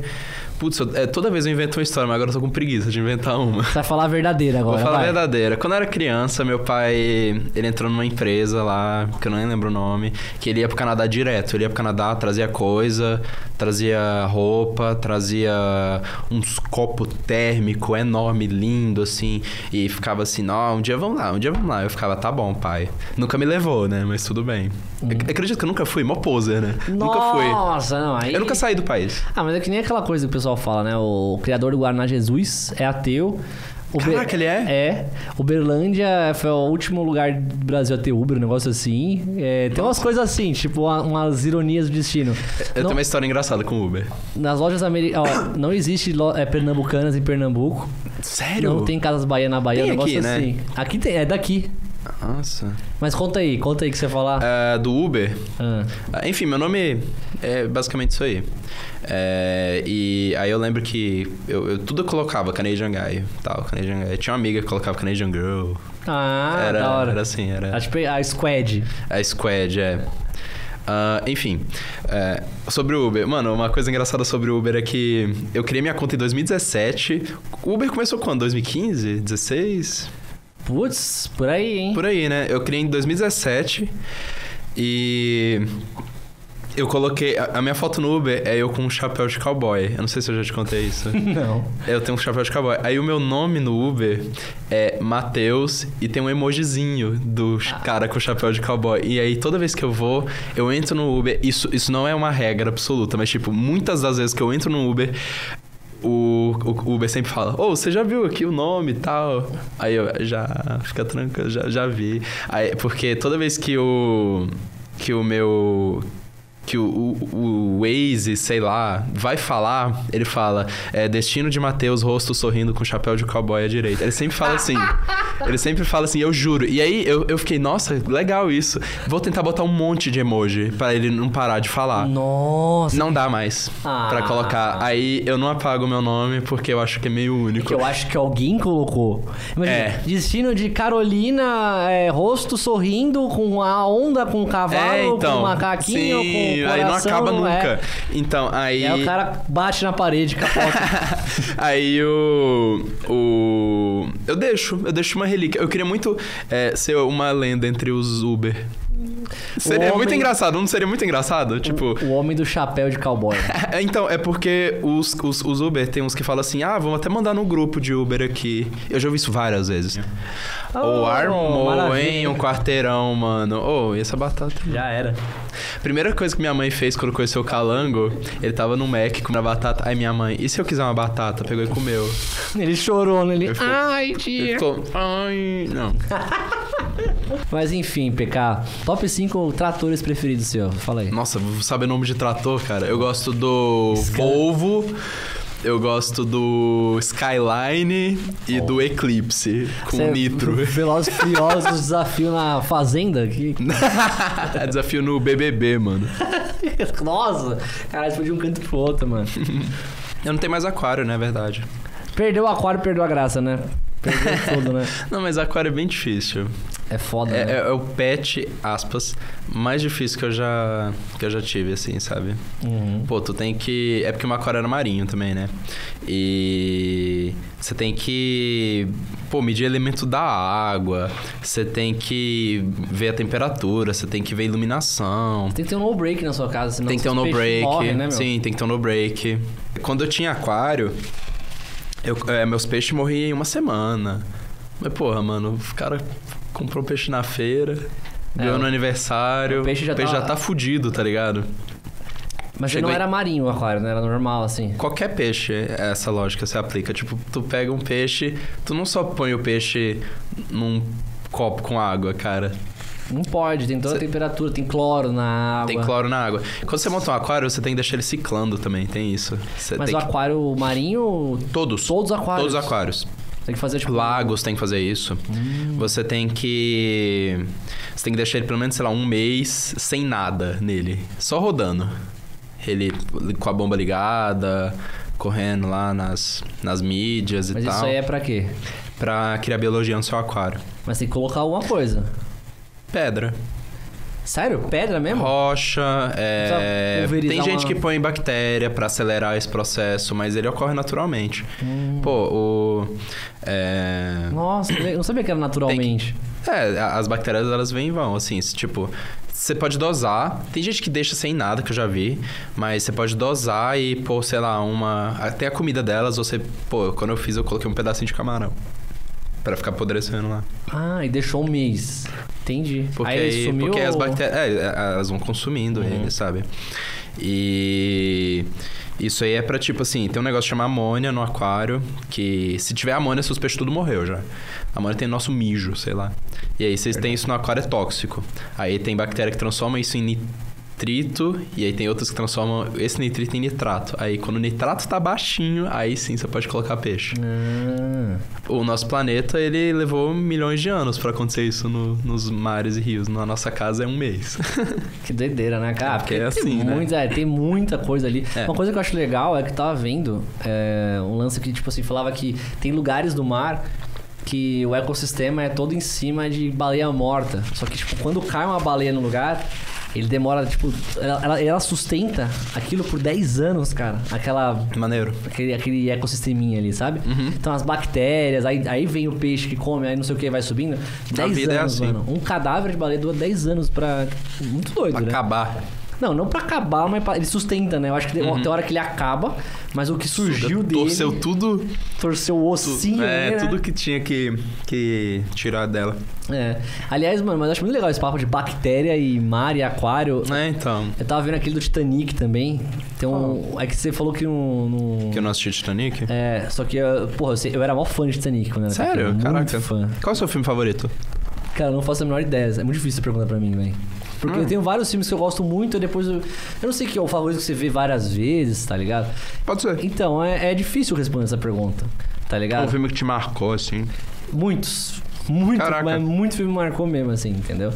B: Putz, eu- é, toda vez eu invento uma história, mas agora eu tô com preguiça de inventar uma.
A: Você vai falar a verdadeira agora,
B: Vou falar a
A: vai.
B: verdadeira. Quando eu era criança, meu pai, ele entrou numa empresa lá, que eu não lembro o nome, que ele ia pro Canadá direto. Ele ia pro Canadá, trazia coisa, trazia roupa, trazia uns copos térmico enorme, lindo, assim. E ficava assim, não, um dia vamos lá, um dia vamos lá. Eu ficava, tá bom, pai. Nunca me levou, né? Mas tudo bem.
A: Hum.
B: Ac- Acredito que eu nunca fui, mó poser, né? Nunca fui.
A: Nossa, não, aí...
B: Eu nunca saí do país.
A: Ah, mas é que nem aquela coisa que o pessoal fala, né? O criador do Guaraná Jesus é ateu. Uber-
B: Caraca, ele é?
A: É. Uberlândia foi o último lugar do Brasil a ter Uber, um negócio assim. É, tem umas coisas assim, tipo uma- umas ironias do destino.
B: Eu
A: Não-
B: tenho uma história engraçada com o Uber.
A: Nas lojas americanas... Não existe lo- é, pernambucanas em Pernambuco.
B: Sério?
A: Não tem Casas Bahia na Bahia,
B: Tem
A: um negócio
B: aqui, né?
A: assim. Aqui tem, é daqui.
B: Nossa.
A: Mas conta aí, conta aí que você ia falar.
B: Ah, do Uber,
A: Ah.
B: Ah, Enfim, meu nome é basicamente isso aí. É, e aí eu lembro que eu, eu tudo eu colocava Canadian Guy, tal, Canadian Guy. Tinha uma amiga que colocava Canadian Girl.
A: Ah,
B: era,
A: da hora.
B: era assim, era
A: A, tipo, a Squad.
B: a Squad, é. Ah, enfim, é, sobre o Uber. Mano, uma coisa engraçada sobre o Uber é que eu criei minha conta em 2017. O Uber começou quando? 2015? 16?
A: Putz, por aí, hein?
B: Por aí, né? Eu criei em 2017 e eu coloquei. A a minha foto no Uber é eu com um chapéu de cowboy. Eu não sei se eu já te contei isso.
A: Não.
B: eu tenho um chapéu de cowboy. Aí o meu nome no Uber é Matheus e tem um emojizinho do ch- cara com o chapéu de cowboy. E aí toda vez que eu vou, eu entro no Uber. Isso, isso não é uma regra absoluta, mas tipo, muitas das vezes que eu entro no Uber. O, o Uber sempre fala, ô, você já viu aqui o nome e tal? Aí eu, já, fica tranquilo, já, já vi. Aí, porque toda vez que o. que o meu. que o, o, o Waze, sei lá, vai falar, ele fala, é, destino de Mateus, rosto sorrindo com chapéu de cowboy à direita. Ele sempre fala assim. ele sempre fala assim, eu juro. E aí eu, eu fiquei, nossa, legal isso. Vou tentar botar um monte de emoji pra ele não parar de falar.
A: Nossa.
B: Ah. Não dá mais
A: Ah.
B: pra colocar. Aí eu não apago meu nome porque eu acho que é meio único.
A: Que eu acho que alguém colocou. Imagina,
B: É.
A: destino de Carolina, é, rosto sorrindo, com a onda, com o cavalo,
B: é, então.
A: com o macaquinho,
B: sim,
A: com o coração.
B: aí não acaba nunca.
A: É.
B: Então, aí.
A: E aí o cara bate na parede, capota.
B: Aí o. O. Eu deixo, eu deixo uma relíquia. Eu queria muito é, ser uma lenda entre os Uber. Seria
A: homem-
B: muito engraçado, não seria muito engraçado? Tipo,
A: O homem do chapéu de cowboy.
B: É, Então, é porque os, os, os Uber tem uns que falam assim, ah, vamos até mandar no grupo de Uber aqui. Eu já ouvi isso várias vezes. Ô,
A: Oh,
B: armou,
A: maravilha.
B: hein, um quarteirão, mano. Ô, e essa batata?
A: Já era.
B: Primeira coisa que minha mãe fez quando conheceu o Calango, ele tava no Mac comendo a batata. Aí minha mãe, e se eu quiser uma batata? Pegou e comeu.
A: Ele chorou, né? Ele...
B: Ele ficou-
A: Ai,
B: Ele
A: tia.
B: ficou, ai, não.
A: Mas enfim, PK. Top 5 tratores preferidos seu. Fala aí.
B: Nossa, vou saber nome de trator, cara. Eu gosto do Volvo, eu gosto do Skyline e do Eclipse com
A: Você-
B: nitro.
A: é Velozes e Furiosos, desafio na fazenda. Que...
B: É Desafio no BBB, mano.
A: Nossa, caralho, foi de um canto pro outro, mano.
B: Eu não tenho mais aquário, né? É verdade.
A: Perdeu o aquário, perdeu a graça, né? Perdeu tudo, né?
B: Não, mas aquário é bem difícil.
A: É foda,
B: É,
A: né?
B: é- é o pet, aspas, mais difícil que eu já, que eu já tive, assim, sabe?
A: Uhum.
B: Pô, tu tem que. É porque o meu aquário era marinho também, né? E. Você tem que. Pô, medir elemento da água. Você tem que ver a temperatura. Você tem que ver a iluminação.
A: Tem que ter um no-break na sua casa, senão
B: Tem que ter um
A: seus
B: no
A: peixes
B: break.
A: morrem, né, meu?
B: Sim, tem que ter um no break. Quando eu tinha aquário, eu, é, meus peixes morriam em uma semana. Mas, porra, mano, o cara comprou um peixe na feira,
A: É,
B: ganhou no
A: o-
B: aniversário.
A: o peixe já tá-
B: já tá fudido, tá ligado?
A: Mas ele
B: Chegou
A: não
B: em-
A: era marinho o aquário, né? Era normal, assim.
B: Qualquer peixe, essa lógica se aplica. Tipo, tu pega um peixe, tu não só põe o peixe num copo com água, cara.
A: Não pode, tem toda a
B: Cê-
A: temperatura, tem cloro na água.
B: Tem cloro na água. Quando você monta um aquário, você tem que deixar ele ciclando também, tem isso. Você
A: Mas
B: tem
A: o
B: que...
A: aquário marinho,
B: Todos.
A: todos os aquários. Hum.
B: Todos os aquários.
A: Tem que fazer, tipo...
B: Lagos tem que fazer isso. Você tem que. Você tem que deixar ele pelo menos, sei lá, um mês sem nada nele. Só rodando. Ele com a bomba ligada, correndo lá nas, nas mídias e
A: Mas
B: tal.
A: isso aí é pra quê?
B: Pra criar biologia no seu aquário.
A: Mas tem que colocar alguma coisa.
B: Pedra.
A: Sério? Pedra mesmo?
B: Rocha. é,
A: Precisa pulverizar
B: Tem gente
A: uma-
B: que põe bactéria pra acelerar esse processo, mas ele ocorre naturalmente.
A: Hum.
B: Pô, o. É...
A: Nossa, eu não sabia que era naturalmente.
B: É, a- as bactérias elas vêm e vão, assim, se, tipo, você pode dosar. Tem gente que deixa sem nada, que eu já vi, mas você pode dosar e pôr, sei lá, uma. Até a comida delas, você. Pô, quando eu fiz, eu coloquei um pedacinho de camarão. Pra ficar apodrecendo lá.
A: Ah, e deixou um mês. Entendi.
B: Porque,
A: aí ele sumiu
B: porque as
A: ou- Uhum.
B: bactérias. É, elas vão consumindo ele, sabe? E. Isso aí é pra, tipo assim, tem um negócio chamado amônia no aquário, que se tiver amônia, seus peixes tudo morreu já. A amônia tem nosso mijo, sei lá. E aí vocês têm isso no aquário, é tóxico. Aí tem bactéria que transforma isso em nitrito, e aí tem outras que transformam esse nitrito em nitrato. Aí quando o nitrato tá baixinho, aí sim você pode colocar peixe.
A: Ah,
B: O nosso planeta, ele levou milhões de anos pra acontecer isso no- nos mares e rios. Na nossa casa é um mês.
A: que doideira, né, cara?
B: É, porque é
A: tem,
B: assim, né?
A: muita, é, tem muita coisa ali.
B: É.
A: Uma coisa que eu acho legal é que eu tava vendo é, um lance que, tipo assim, falava que tem lugares do mar que o ecossistema é todo em cima de baleia morta. Só que, tipo, quando cai uma baleia no lugar, ele demora, tipo, ela, ela- ela sustenta aquilo por 10 anos, cara. Aquela
B: Maneiro.
A: aquele, aquele ecossisteminha ali, sabe?
B: Uhum.
A: Então as bactérias, aí, aí vem o peixe que come, aí não sei o que, vai subindo. 10
B: vida é
A: anos,
B: assim.
A: mano. Um cadáver de baleia dura 10 anos pra. Muito doido, né?
B: Acabar.
A: Não, não pra acabar, mas pra- ele sustenta, né? Eu acho que tem hora que ele acaba, mas o que surgiu dele.
B: Uhum. Torceu tudo.
A: torceu o ossinho.
B: é,
A: ali, né?
B: tudo que tinha que, que tirar dela.
A: É. Aliás, mano, mas eu acho muito legal esse papo de bactéria e mar e aquário.
B: É, então.
A: Eu tava vendo aquele do Titanic também. Tem um. É que você falou que no. no...
B: Que eu não assisti Titanic.
A: É, só que, eu- porra, eu sei- eu era mó fã de Titanic quando eu era
B: Sério?
A: pequeno, Muito
B: Caraca.
A: fã.
B: Qual é o seu filme favorito?
A: Cara, eu não faço a menor ideia. É muito difícil você perguntar pra mim, velho.
B: Hum.
A: Porque eu tenho vários filmes que eu gosto muito e depois eu... Eu não sei que é o favorito que você vê várias vezes, tá ligado?
B: Pode ser.
A: Então, é, é difícil responder essa pergunta, tá
B: Um
A: ligado?
B: filme que te marcou, assim.
A: Muitos. Muito,
B: Caraca.
A: mas muito filme marcou mesmo, assim, entendeu?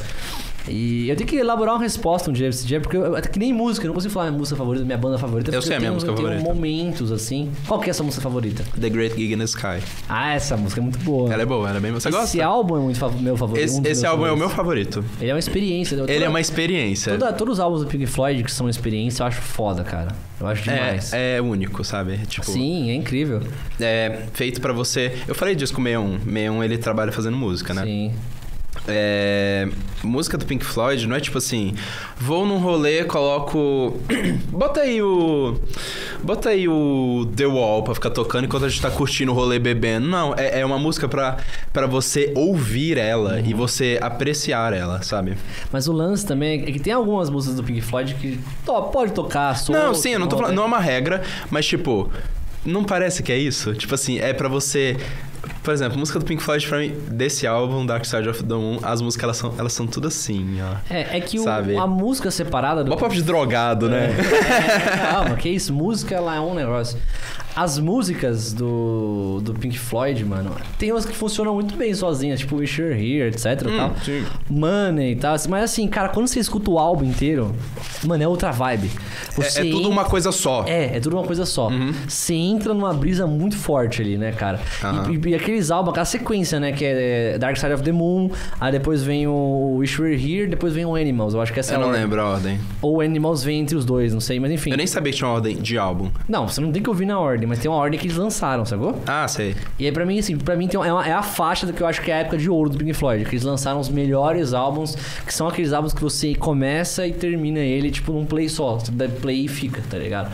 A: E eu tenho que elaborar uma resposta um dia esse dia, porque eu, até que nem música, eu não consigo falar minha música favorita, minha banda favorita.
B: Eu
A: porque
B: sei a minha
A: tenho-
B: música
A: eu tenho
B: favorita.
A: momentos, assim. Qual que é a sua música favorita?
B: The Great Gig in the Sky.
A: Ah, essa música é muito boa.
B: Ela é boa, ela é bem boa. Você
A: esse
B: gosta?
A: álbum é muito fav- meu favorito.
B: Esse,
A: um dos
B: esse
A: meus
B: álbum é o
A: favoritos.
B: meu favorito.
A: Ele é uma experiência. entendeu?
B: Ele
A: Toda-
B: é uma experiência.
A: toda- todos os álbuns do Pink Floyd que são uma experiência, eu acho foda, cara. Eu acho demais.
B: É, é único, sabe? Tipo,
A: Sim, é incrível.
B: É feito pra você. Eu falei disso com o Meion. Meion ele trabalha fazendo música, né?
A: Sim.
B: é, música do Pink Floyd não é tipo assim, vou num rolê, coloco. bota aí o. Bota aí o The Wall pra ficar tocando enquanto a gente tá curtindo o rolê bebendo. Não, é, é uma música pra, pra você ouvir ela e você apreciar ela, sabe?
A: Mas o lance também é que tem algumas músicas do Pink Floyd que to- pode tocar, solto,
B: Não, sim, eu não tô
A: no
B: falando.
A: rolê.
B: Não é uma regra, mas tipo, não parece que é isso? Tipo assim, é pra você. Por exemplo, a música do Pink Floyd, pra mim, desse álbum, Dark Side of the Moon, as músicas elas são, elas são tudo assim, ó.
A: É, é que o-
B: Sabe?
A: a música separada do é
B: Mó papo de drogado, né?
A: Calma, que isso? Música ela é um negócio. As músicas do, do Pink Floyd, mano, tem umas que funcionam muito bem sozinhas, tipo Wish You're Here, etc.
B: Hum.
A: e tal.
B: É. sim.
A: Money e tal. Mas assim, cara, quando você escuta o álbum inteiro, mano, é outra vibe.
B: É,
A: Você
B: é tudo uma Uhum. coisa só.
A: é, é tudo uma coisa só. Você entra numa brisa muito forte ali, né, cara? E-
B: Aham.
A: E, e aqueles álbuns, aquela sequência, né? Que é Dark Side of the Moon, aí depois vem o Wish We're Here, depois vem o Animals. Eu acho que essa é
B: Eu
A: a
B: não
A: ordem.
B: lembro a ordem.
A: Ou Animals vem entre os dois, não sei, mas enfim.
B: Eu nem sabia que tinha uma ordem de álbum.
A: Não, você não tem que ouvir na ordem, mas tem uma ordem que eles lançaram, sacou?
B: Ah, sei.
A: E aí, pra mim, assim, pra mim tem uma- é, uma- é a faixa do que eu acho que é a época de ouro do Pink Floyd, que eles lançaram os melhores álbuns, que são aqueles álbuns que você começa e termina ele, tipo, num play só. Você dá play e fica, tá ligado?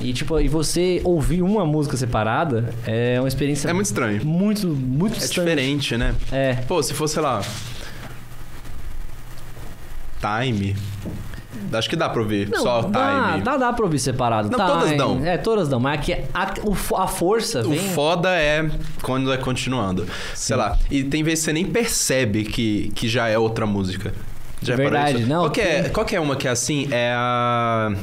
A: E, tipo, e você ouvir uma música separada é uma experiência
B: É muito estranho.
A: muito, muito
B: É
A: distante.
B: diferente, né?
A: É.
B: Pô, se fosse, sei lá. Time. Acho que dá pra ouvir.
A: Não,
B: só
A: dá,
B: time.
A: Dá, dá pra ouvir separado.
B: Não,
A: Tá,
B: todas dão.
A: É, todas dão, mas é que a, o fo- a força
B: O
A: vem...
B: foda é quando é continuando. Sei lá. E tem vezes que você nem percebe que, que já é outra música. Já reparou
A: Verdade,
B: isso?
A: não,
B: Qual que, é, qual que é uma que é assim? É a.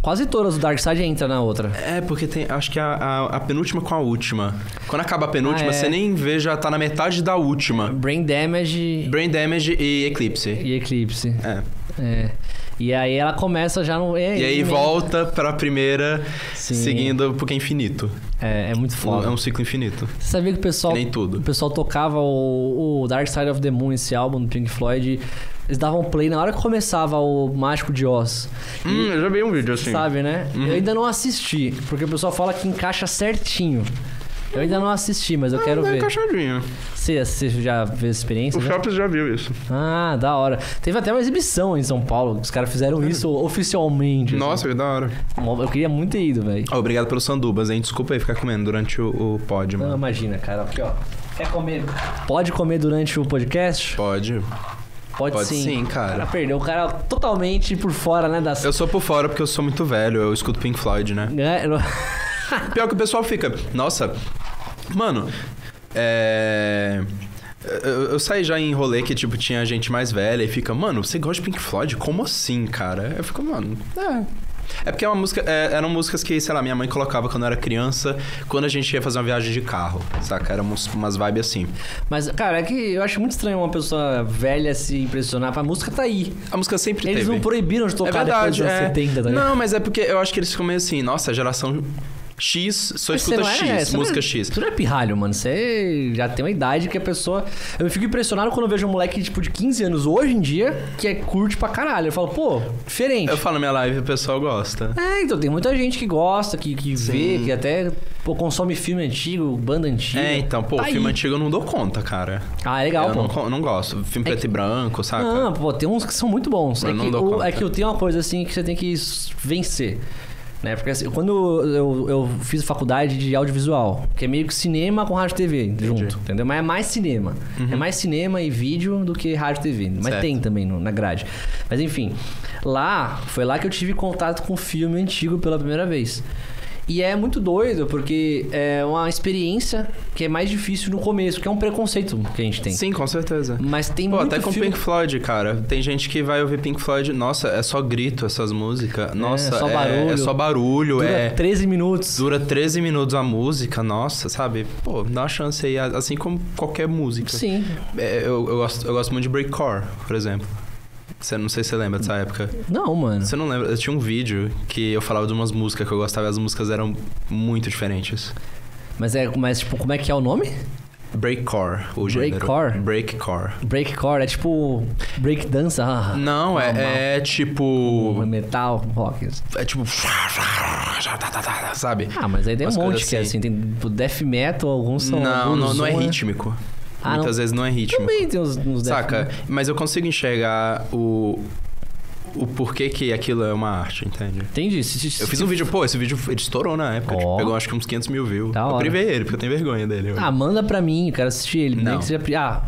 A: Quase todas do Dark Side entra na outra.
B: É, porque tem. Acho que a, a, a penúltima com a última. Quando acaba a penúltima,
A: Ah, é.
B: você nem vê, já tá na metade da última.
A: Brain Damage
B: Brain Damage e Eclipse.
A: e Eclipse.
B: É.
A: É. E aí ela começa já no. é,
B: E aí
A: é,
B: volta pra primeira,
A: Sim.
B: seguindo, porque é infinito.
A: É, é muito
B: É
A: foda.
B: um ciclo infinito.
A: Você sabia que o pessoal.
B: Que nem tudo.
A: O pessoal tocava o, o Dark Side of the Moon, esse álbum do Pink Floyd. Eles davam play na hora que começava o Mágico de Oz.
B: Hum, eu já vi um vídeo assim.
A: Sabe, né? Eu ainda não assisti, porque o pessoal fala que encaixa certinho. Eu ainda não assisti, mas eu quero
B: Dá uma
A: ver.
B: encaixadinha.
A: Você, você já fez experiência?
B: O
A: já?
B: Shops já viu isso.
A: Ah, da hora. Teve até uma exibição em São Paulo. Os caras fizeram isso oficialmente. assim.
B: Nossa, que da hora.
A: Eu queria muito ter ido, velho.
B: Ó, Obrigado pelos sandubas, hein? Desculpa aí ficar comendo durante o, o pódio,
A: Não,
B: mano.
A: imagina, cara. Aqui, ó. Quer comer? Pode comer durante o podcast?
B: Pódio?
A: Pode,
B: Pode
A: sim.
B: sim,
A: O
B: cara.
A: cara perdeu. O cara totalmente por fora, né? Das...
B: Eu sou por fora porque eu sou muito velho, eu escuto Pink Floyd, né?
A: É, eu-
B: Pior que o pessoal fica, nossa, mano, é. Eu, eu saí já em rolê que, tipo, tinha gente mais velha e fica, mano, você gosta de Pink Floyd? Como assim, cara? Eu fico, mano, é. É porque é uma música, é, eram músicas que, sei lá, minha mãe colocava quando eu era criança, quando a gente ia fazer uma viagem de carro, saca? Eram umas, umas vibes assim.
A: Mas, cara, é que eu acho muito estranho uma pessoa velha se impressionar. A música tá aí.
B: A música sempre
A: Eles
B: teve.
A: não proibiram de tocar depois dos anos 70, tá ligado?
B: Não, mas é porque eu acho que eles ficam meio assim, nossa, a geração X só
A: Mas
B: escuta
A: você não é-
B: X,
A: você não é-
B: música X.
A: Você não é pirralho, mano. Você já tem uma idade que a pessoa. Eu fico impressionado quando eu vejo um moleque, tipo, de 15 anos hoje em dia, que é curte pra caralho. Eu falo, pô, diferente.
B: Eu falo na minha live, o pessoal gosta.
A: É, então tem muita gente que gosta, que, que vê,
B: Sim.
A: que até pô, consome filme antigo, banda antiga.
B: É, então, pô,
A: Tá
B: filme
A: aí.
B: antigo eu não dou conta, cara.
A: Ah, é legal,
B: eu
A: pô. É
B: não, co- não gosto. Filme preto e branco, saca?
A: Não, pô, tem uns que são muito bons.
B: Ah, Eu
A: É
B: não
A: que,
B: dou
A: o,
B: conta.
A: é que eu tenho uma coisa assim que você tem que s- vencer. Né? Porque assim, quando eu, eu fiz faculdade de audiovisual, que é meio que cinema com rádio e TV junto, entendeu? Mas é mais cinema. É mais cinema e vídeo do que rádio e TV. Mas
B: Uhum. Certo.
A: tem também no- na grade. Mas enfim, lá, foi lá que eu tive contato com um filme antigo pela primeira vez. E é muito doido, porque é uma experiência que é mais difícil no começo, que é um preconceito que a gente tem.
B: Sim, com certeza.
A: Mas tem
B: Pô,
A: muito
B: até com
A: filme...
B: Pink Floyd, cara. Tem gente que vai ouvir Pink Floyd, nossa, é só grito essas músicas. Nossa,
A: só barulho.
B: É, só barulho,
A: Dura
B: é.
A: 13 minutos.
B: Dura 13 minutos a música, nossa, sabe? Pô, dá uma chance aí, assim como qualquer música.
A: Sim.
B: É, eu, eu gosto, eu gosto muito de breakcore, por exemplo. Você, não sei se você lembra dessa época.
A: Não, mano.
B: Você não lembra? Eu tinha um vídeo que eu falava de umas músicas que eu gostava e as músicas eram muito diferentes.
A: Mas é, mas tipo, como é que é o nome?
B: Breakcore, o gênero.
A: Breakcore?
B: Breakcore.
A: Breakcore, é tipo break dança, ah,
B: Não,
A: normal. Uhum.
B: é, é tipo...
A: metal, rock. assim.
B: É tipo... Sabe?
A: Ah, mas aí tem um
B: Umas
A: monte
B: coisas
A: que é
B: assim.
A: assim, tem tipo, death metal, alguns são
B: Não, não, não é
A: gurizona.
B: rítmico.
A: Ah,
B: Muitas vezes não é ritmo.
A: Também tem uns, uns déficits,
B: Saca?
A: né?
B: Mas eu consigo enxergar o. O porquê que aquilo é uma arte, entende?
A: Entendi. Se, se-
B: Eu fiz
A: se-
B: um vídeo, pô, esse vídeo ele estourou na época.
A: Ó.
B: tipo, pegou acho que uns 500 mil views.
A: Da
B: eu
A: hora.
B: privei ele, porque eu tenho vergonha dele. Eu-
A: Ah, manda pra mim, eu quero assistir ele. Nem
B: um Não.
A: que seja. pri- Ah.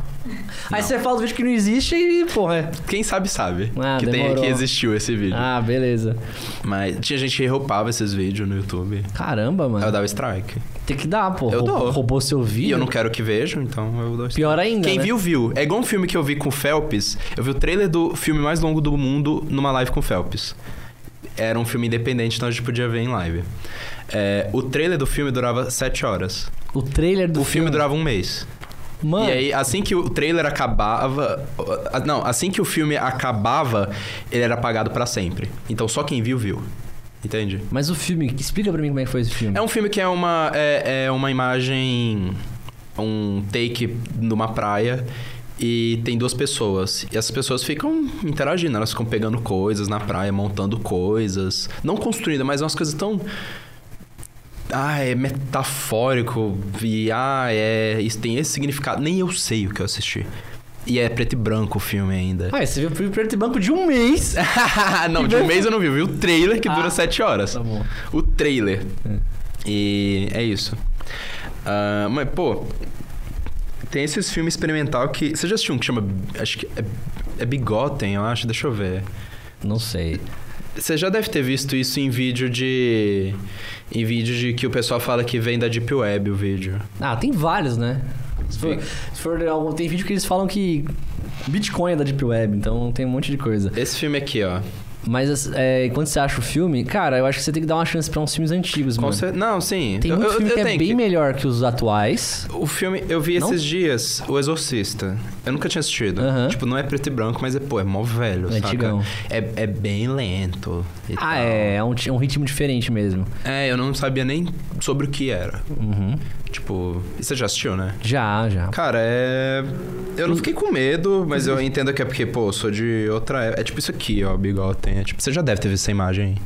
A: Aí
B: Não.
A: você fala do vídeo que não existe e, porra. é.
B: Quem sabe, sabe.
A: Ah,
B: que, tem,
A: demorou.
B: que existiu esse vídeo.
A: Ah, beleza.
B: Mas tinha gente que roupava esses vídeos no YouTube.
A: Caramba,
B: Aí eu
A: mano.
B: dava strike.
A: Tem que dar, pô.
B: Eu
A: Roubou-
B: dou.
A: Roubou seu vídeo.
B: E eu não quero que vejam, então eu dou strike.
A: Pior ainda.
B: Quem
A: né?
B: viu, viu. É igual um filme que eu vi com o Phelps. Eu vi o trailer do filme mais longo do mundo numa live com o Phelps. Era um filme independente, então a gente podia ver em live. É, o trailer do filme durava 7 horas.
A: O trailer do
B: o filme durava um mês.
A: Mano,
B: E aí, assim que o trailer acabava. ah, Não, assim que o filme acabava, ele era apagado pra sempre. Então só quem viu, viu. Entende?
A: mas o filme, explica pra mim como é que foi esse filme.
B: É um filme que é uma, é, é uma imagem. Um take numa praia. E tem duas pessoas. E essas pessoas ficam interagindo, elas ficam pegando coisas na praia, montando coisas. Não construindo, mas é umas coisas tão. Ah, é metafórico. E ah, é. Isso tem esse significado. Nem eu sei o que eu assisti. E é preto e branco o um- filme ainda.
A: Ah, você viu o filme preto e branco de um mês.
B: não, de um mês eu não vi. Eu vi o trailer que dura
A: Ah.
B: sete horas.
A: Tá bom.
B: O trailer. E é isso. Ah, mas, pô. Tem esses filmes experimental que. Você já assistiu um que chama. Acho que. É, é Bigotten, eu acho. Deixa eu ver.
A: Não sei.
B: Você já deve ter visto isso em vídeo de. Em vídeo de que o pessoal fala que vem da Deep Web o vídeo.
A: Ah, tem vários, né? Se for, se for algum, tem vídeo que eles falam que Bitcoin é da Deep Web, então tem um monte de coisa.
B: Esse filme aqui, ó.
A: Mas é, quando você acha o filme, cara, eu acho que você tem que dar uma chance pra uns filmes antigos,
B: Com
A: mano.
B: cer- Não, sim.
A: Tem muito filme que é
B: tenho
A: bem
B: que-
A: melhor que os atuais.
B: O filme, eu vi
A: Não?
B: esses dias, O Exorcista. Eu nunca tinha assistido.
A: Aham.
B: Tipo, não é preto e branco, mas é, pô, é mó velho,
A: É
B: saca?
A: antigão.
B: É, é bem lento. e tal.
A: Ah, é. É um, ti- é um ritmo diferente mesmo.
B: É, eu não sabia nem sobre o que era.
A: Uhum.
B: Tipo, e você já assistiu, né?
A: Já, já.
B: Cara, é. Eu não fiquei com medo, mas eu entendo que é porque, pô, eu sou de outra época. É tipo isso aqui, ó, Bigotten. É tipo, você já deve ter visto essa imagem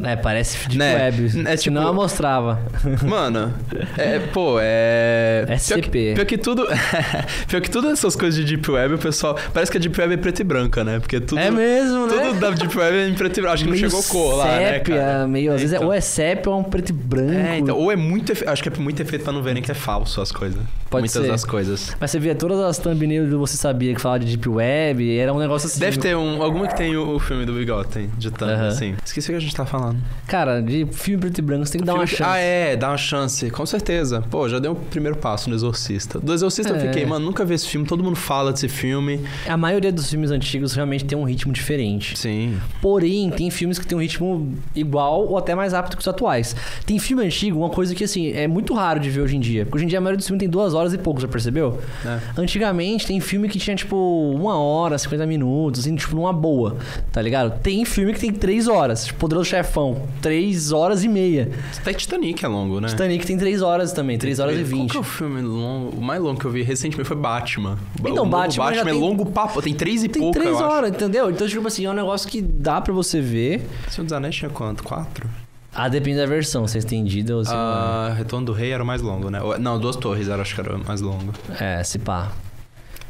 A: É, parece Deep
B: Né?
A: Web. Senão
B: É tipo-
A: eu mostrava.
B: aí. Mano, é, pô, é. Pior que,
A: SCP.
B: pior que tudo. pior que todas essas coisas de Deep Web, o pessoal. Parece que a Deep Web é preta e branca, né? Porque tudo.
A: é mesmo, né?
B: Tudo da Deep Web é em preto e branco. Acho que não
A: Meio
B: chegou cor lá, né,
A: sépia,
B: cara?
A: meio, às vezes, é,
B: então.
A: ou é sépia ou é um preto e branco.
B: É, então, ou é muito efe- Acho que é muito efeito pra não verem que é falso as coisas.
A: Pode
B: Muitas
A: ser.
B: das coisas.
A: Mas você via todas as thumbnails do Você Sabia que falava de Deep Web, era um negócio assim.
B: Deve ter um, alguma que tem o, o filme do Bigotten, de tanto,
A: Aham.
B: assim. Esqueci o que a gente tá falando.
A: Cara, de filme preto e branco, você tem que dar uma
B: Filme que-
A: chance.
B: Ah, é, dá uma chance, com certeza. Pô, já deu o primeiro passo no Exorcista. Do Exorcista eu
A: É.
B: fiquei, mano, nunca vi esse filme, todo mundo fala desse filme.
A: A maioria dos filmes antigos realmente tem um ritmo diferente.
B: Sim.
A: Porém, tem filmes que tem um ritmo igual ou até mais rápido que os atuais. Tem filme antigo, uma coisa que, assim, é muito raro de ver hoje em dia. Porque hoje em dia a maioria dos filmes tem duas horas e pouco, já percebeu? Antigamente tem filme que tinha, tipo, uma hora, 50 minutos, assim, tipo, numa boa, tá ligado? Tem filme que tem três horas, tipo, Poderoso Chefão, três horas e meia.
B: Até Titanic é longo, né?
A: Titanic tem três horas também, três horas e
B: Qual
A: vinte.
B: que é o filme longo? O mais longo que eu vi recentemente foi Batman.
A: Então,
B: o novo
A: Batman já
B: Batman é
A: tem-
B: longo papo, tem três e
A: Tem
B: pouco,
A: três
B: eu acho.
A: horas, entendeu? Então, tipo assim, é um negócio que dá pra você ver.
B: Senhor dos Anéis tinha quanto? Quatro?
A: Ah, depende da versão, se é estendida ou se
B: Ah, Retorno do Rei era o mais longo, né? Ou- Não, Duas Torres era, acho que era o mais longo.
A: É, se pá.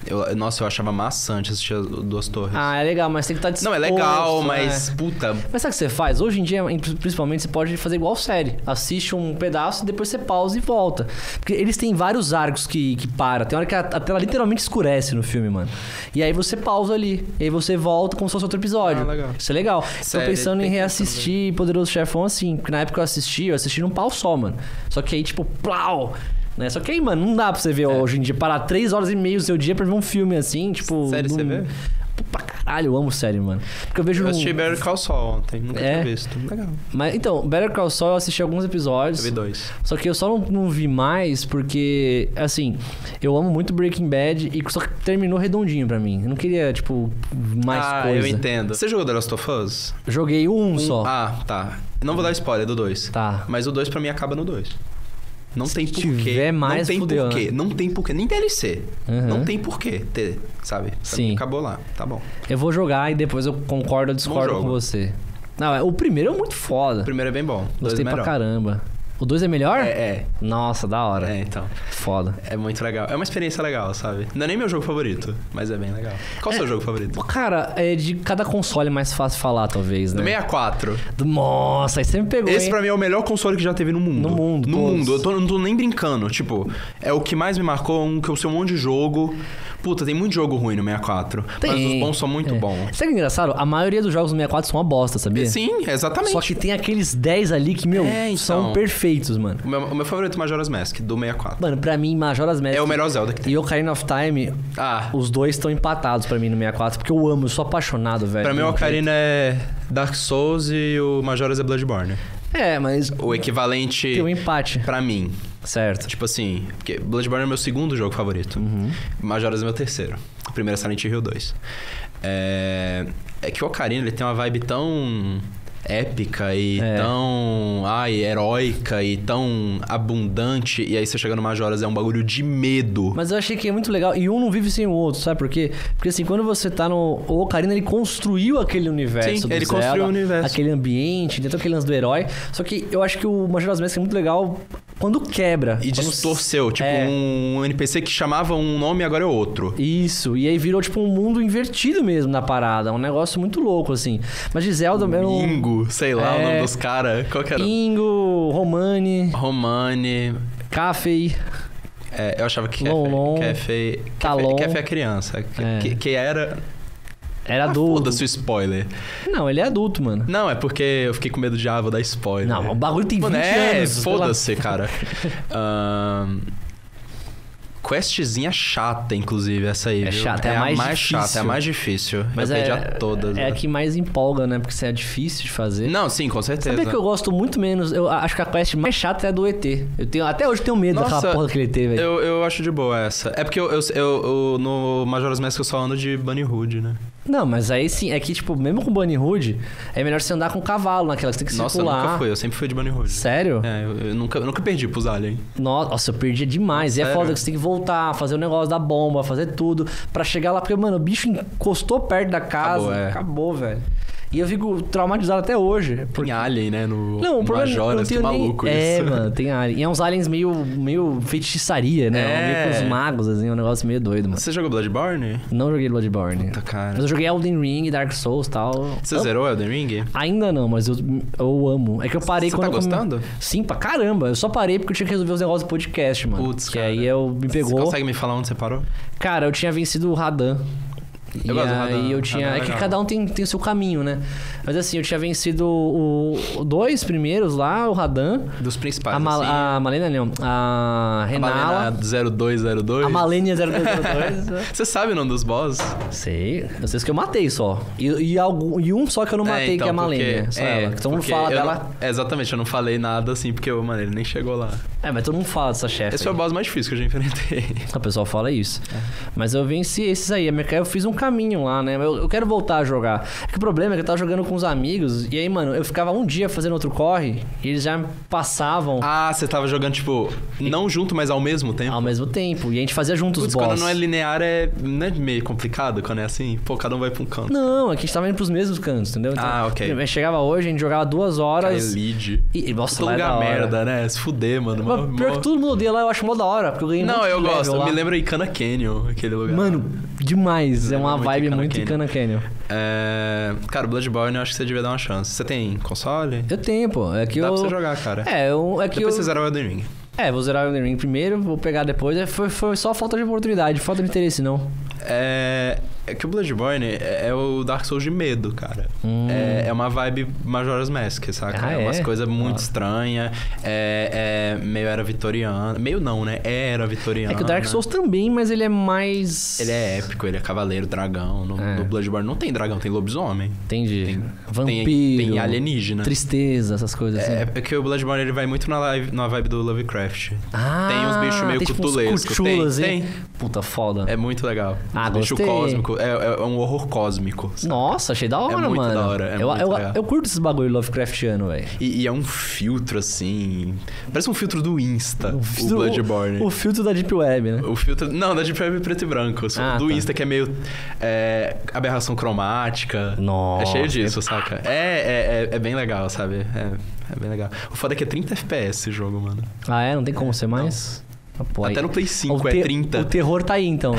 B: Eu- nossa, eu achava maçante assistir as Duas Torres.
A: Ah, é legal, mas tem que estar
B: não, é legal,
A: disposto,
B: mas
A: né?
B: puta.
A: Mas sabe o que você faz? Hoje em dia, em- principalmente, você pode fazer igual série. Assiste um pedaço, depois você pausa e volta. Porque eles têm vários arcos que, que para. Tem hora que a, a tela literalmente escurece no filme, mano. E aí você pausa ali. E aí você volta como se fosse outro episódio.
B: Ah, legal.
A: Isso é legal.
B: Série,
A: Tô pensando em
B: tem que
A: reassistir Poderoso Chefão assim. Porque na época que eu assisti, eu assisti num pau só, mano. Só que aí, tipo, plau! Né? Só que aí, mano, não dá pra você
B: É.
A: ver hoje em dia. Parar três horas e meia do seu dia pra ver um filme assim, tipo.
B: Série você
A: num-
B: vê?
A: Pô, Pra caralho, eu amo série, mano. Porque eu vejo.
B: Eu
A: num-
B: assisti Barry Call Saul ontem, nunca
A: É?
B: tinha visto. Legal.
A: mas então, Better Call Saul eu assisti alguns
B: Eu
A: episódios.
B: vi dois.
A: Só que eu só não, não vi mais porque, assim, eu amo muito Breaking Bad e só que terminou redondinho pra mim. Eu não queria, tipo, mais
B: ah,
A: coisa.
B: eu entendo. Você jogou The Last of Us?
A: Joguei um, só.
B: Ah, tá. Não vou dar spoiler do dois.
A: Tá.
B: Mas o dois pra mim acaba no dois. Não tem porquê.
A: tiver mais,
B: não tem
A: fudeu, né?
B: porquê. Não tem porquê. Nem DLC.
A: Uhum.
B: Não tem porquê ter, sabe? Pra
A: Sim.
B: mim Acabou lá. Tá bom.
A: Eu vou jogar e depois eu concordo ou discordo
B: jogo.
A: com você. Não, é- o primeiro é muito foda.
B: O primeiro é bem bom. o dois é
A: Gostei pra
B: melhor.
A: caramba. O 2 é melhor?
B: É, é,
A: Nossa, da hora.
B: é, então.
A: Foda.
B: É muito legal. É uma experiência legal, sabe? Não é nem meu jogo favorito, mas é bem legal. Qual o seu jogo favorito?
A: Pô, Cara, é de cada console é mais fácil falar, talvez,
B: Do
A: né?
B: 64.
A: Do- Nossa, aí você me pegou,
B: é. Esse
A: hein?
B: pra mim é o melhor console que já teve no mundo.
A: No mundo,
B: No
A: todos.
B: mundo. Eu tô- não tô nem brincando. Tipo, é o que mais me marcou, é um que eu sei um monte de jogo. Puta, tem muito jogo ruim no 64. Mas os
A: Tem.
B: bons são muito
A: É. Sabe o
B: bons.
A: que é engraçado? A maioria dos jogos do 64 são uma bosta, sabia?
B: Sim, exatamente.
A: Só que tem aqueles 10 ali que, meu,
B: É,
A: são
B: então.
A: perfeitos, mano.
B: O meu, o meu favorito é Majora's Mask, do 64.
A: Mano, pra mim, Majora's Mask
B: É o melhor Zelda que tem.
A: e Ocarina of Time,
B: Ah,
A: os dois estão empatados pra mim no 64, porque eu amo, eu sou apaixonado, velho.
B: pra mim o
A: pelo
B: Ocarina é Dark Souls e o Majora's é Bloodborne.
A: jeito. É, mas
B: O equivalente
A: tem um empate.
B: pra mim.
A: Certo.
B: Tipo assim, porque Bloodborne é meu segundo jogo favorito. Majora's é meu terceiro. O primeiro é Silent Hill 2. É, é que o Ocarina ele tem uma vibe tão épica e
A: É.
B: tão ai, heróica e tão abundante. E aí você chega no Majora's é um bagulho de medo.
A: Mas eu achei que é muito legal. E um não vive sem o outro, sabe por quê? Porque assim, quando você tá no. O Ocarina ele construiu aquele universo.
B: Sim,
A: do
B: ele
A: Zelda,
B: construiu o universo.
A: Aquele ambiente, dentro aquele lance do herói. Só que eu acho que o Majora's Mask é muito legal quando quebra.
B: E
A: quando
B: distorceu, tipo
A: É.
B: um NPC que chamava um nome e agora é outro.
A: Isso, e aí virou tipo um mundo invertido mesmo na parada. Um negócio muito louco, assim. Mas de Zelda eu não.
B: Ingo, sei lá o
A: um- É.
B: nome dos caras. Qual que era?
A: Ingo, Romani,
B: Romani.
A: Cafei.
B: É, eu achava que
A: Lolon,
B: Café.
A: Talon.
B: Café é criança. que-
A: É.
B: Que, que era.
A: Era
B: Ah,
A: adulto.
B: Foda-se o spoiler.
A: Não, ele é adulto, mano.
B: Não, é porque eu fiquei com medo de ah, vou dar spoiler.
A: Não, o bagulho tem 20
B: Mano, é,
A: anos. pela-
B: foda-se, cara. Ahn, Questzinha chata, inclusive, essa aí.
A: É
B: viu?
A: chata, é a mais difícil.
B: chata, é a mais difícil.
A: Mas
B: eu
A: é,
B: perdi a todas.
A: é a
B: né?
A: que mais empolga, né? Porque isso é difícil de fazer.
B: Não, sim, com certeza.
A: Sabia que eu gosto muito menos? Eu acho que a quest mais chata é a do ET. Eu tenho, até hoje eu tenho medo
B: Nossa,
A: daquela porra daquele ET, velho.
B: Eu, eu acho de boa essa. É porque eu, eu, eu- eu- no Majora's Mask eu só ando de Bunny Hood, né?
A: Não, mas aí sim, é que, tipo, mesmo com Bunny Hood, é melhor você andar com o cavalo naquela, você tem que
B: Nossa, eu
A: circular.
B: nunca fui, eu sempre fui de Bunny Hood.
A: Sério?
B: É, eu, eu nunca, eu nunca perdi pros aliens.
A: Nossa, eu perdi demais. E é
B: Sério?
A: foda que você tem que voltar, fazer o negócio da bomba, fazer tudo pra chegar lá. Porque, mano, o bicho encostou perto da casa.
B: Acabou, é.
A: velho. E eu fico traumatizado até hoje.
B: Tem alien, né? No,
A: Não, o
B: no
A: problema é que eu não
B: Majora's,
A: tenho
B: que
A: nem...
B: maluco
A: É,
B: isso.
A: mano, tem alien. E é uns aliens meio, meio feitiçaria, né?
B: É.
A: Meio com os magos, assim, é um negócio meio doido, mano.
B: Você jogou Bloodborne?
A: Não joguei Bloodborne.
B: Puta,
A: Mas
B: cara.
A: eu joguei Elden Ring, Dark Souls e tal.
B: Você
A: Eu-
B: zerou Elden Ring?
A: Ainda não, mas eu, eu amo. É que eu parei
B: Você
A: quando
B: tá
A: eu come-
B: gostando?
A: Sim, pra caramba. Eu só parei porque eu tinha que resolver os negócios do podcast, mano.
B: Putz,
A: que
B: cara.
A: aí eu me
B: Você
A: pegou.
B: consegue me falar onde você parou?
A: Cara, eu tinha vencido o Radan. e
B: Eu gosto do
A: aí
B: Radan.
A: eu tinha.
B: Radan é
A: é que
B: legal.
A: cada um tem, tem o seu caminho, né? Mas assim, eu tinha vencido o, o dois primeiros lá, o Radan.
B: Dos principais,
A: A, Mal,
B: assim.
A: a Malena não. A Renala.
B: Malena é 0202.
A: A Malenia 022.
B: Você sabe o nome dos boss?
A: Sei. Eu sei que eu matei só. E, e, algum- e um só que eu não matei, que é a Malenia.
B: então, porque-
A: Só ela. Que todo mundo
B: porque
A: fala
B: eu
A: dela.
B: não- é, exatamente, eu não falei nada assim, porque, mano, ele nem chegou lá.
A: É, mas todo mundo fala dessa chefe.
B: Esse é foi o boss mais difícil que eu já enfrentei.
A: O pessoal fala isso.
B: É.
A: Mas eu venci esses aí. A minha- Eu fiz um caminho lá, né? Eu, eu quero voltar a jogar. É que o problema é que eu tava jogando com os amigos. E aí, mano, eu ficava um dia fazendo outro corre. E eles já me passavam
B: Ah, você tava jogando, tipo, não junto, mas ao mesmo tempo?
A: ao mesmo tempo. E a gente fazia juntos os
B: Putz,
A: boss.
B: quando não é linear é não é meio complicado quando é assim? Pô, cada um vai pra um canto.
A: Não, é que a gente tava indo pros mesmos cantos, entendeu?
B: Ah, ok.
A: por exemplo, Chegava hoje, a gente jogava duas
B: Aí é
A: horas.
B: lead.
A: E, e, nossa,
B: Todo
A: lá é da
B: lugar
A: hora.
B: merda, né? Se fuder, mano.
A: Mas
B: Mó-
A: pior
B: mó-
A: que todo mundo odeia lá, eu acho mó da hora, porque eu ganhei um
B: Não,
A: monte de
B: eu
A: level
B: gosto.
A: lá.
B: Eu me lembro de Cana Canyon, aquele lugar.
A: Mano, demais. É
B: Lembra
A: uma
B: muito
A: vibe
B: Cana
A: muito
B: Canyon.
A: Cana Canyon.
B: É... Cara, Bloodborne eu acho que você devia dar uma chance. Você tem console?
A: Eu tenho, pô. É que
B: Dá
A: eu...
B: pra você jogar, cara.
A: É, eu, é que
B: Depois
A: eu...
B: você zera o Elden Ring.
A: É, vou zerar o Elden Ring primeiro, vou pegar depois. É, Foi, foi só falta de oportunidade, falta de interesse, não.
B: É... é que o Bloodborne é é o Dark Souls de medo, cara.
A: Hum.
B: É, é uma vibe Majora's Mask, saca?
A: Ah,
B: é umas
A: é?
B: coisas muito
A: Ah.
B: estranhas. É, é meio era vitoriana. Meio não, né? Era vitoriana.
A: É que o Dark Souls também, mas ele é mais.
B: Ah, né? Ele é épico, ele é cavaleiro, dragão. No,
A: É.
B: no Bloodborne não tem dragão, tem lobisomem.
A: Entendi.
B: Tem-
A: Vampiro.
B: Tem, tem alienígena. né?
A: Tristeza, essas coisas assim.
B: É, é porque o Bloodborne ele vai muito na, live- na vibe do Lovecraft.
A: Ah,
B: tem uns bichos meio
A: tem tipo uns
B: cutulescos. Tem,
A: cutulas,
B: tem.
A: hein? Puta foda.
B: É muito legal.
A: Ah,
B: Os bicho
A: gostei.
B: cósmico. tipo, é, é um horror cósmico. sabe?
A: Nossa, achei da hora,
B: muito
A: mano.
B: da hora, é
A: eu,
B: muito
A: eu,
B: legal.
A: eu curto esses bagulho Lovecraftiano, velho.
B: E, e é um filtro, assim. Parece um filtro do Insta, o,
A: Um filtro-
B: Bloodborne.
A: O filtro da Deep Web, né?
B: O filtro. Não, da Deep Web é preto e branco. só
A: Ah,
B: do
A: tá.
B: Insta, que é meio. é, aberração cromática.
A: Nossa.
B: É cheio disso, saca? É, é, é, é bem legal, sabe? É, é bem legal. O foda é que é 30 FPS esse jogo, mano.
A: Ah, é? Não tem como ser mais? Ah, pô, aí-
B: Até no Play
A: o
B: 5
A: te-
B: é 30.
A: O terror tá aí, então.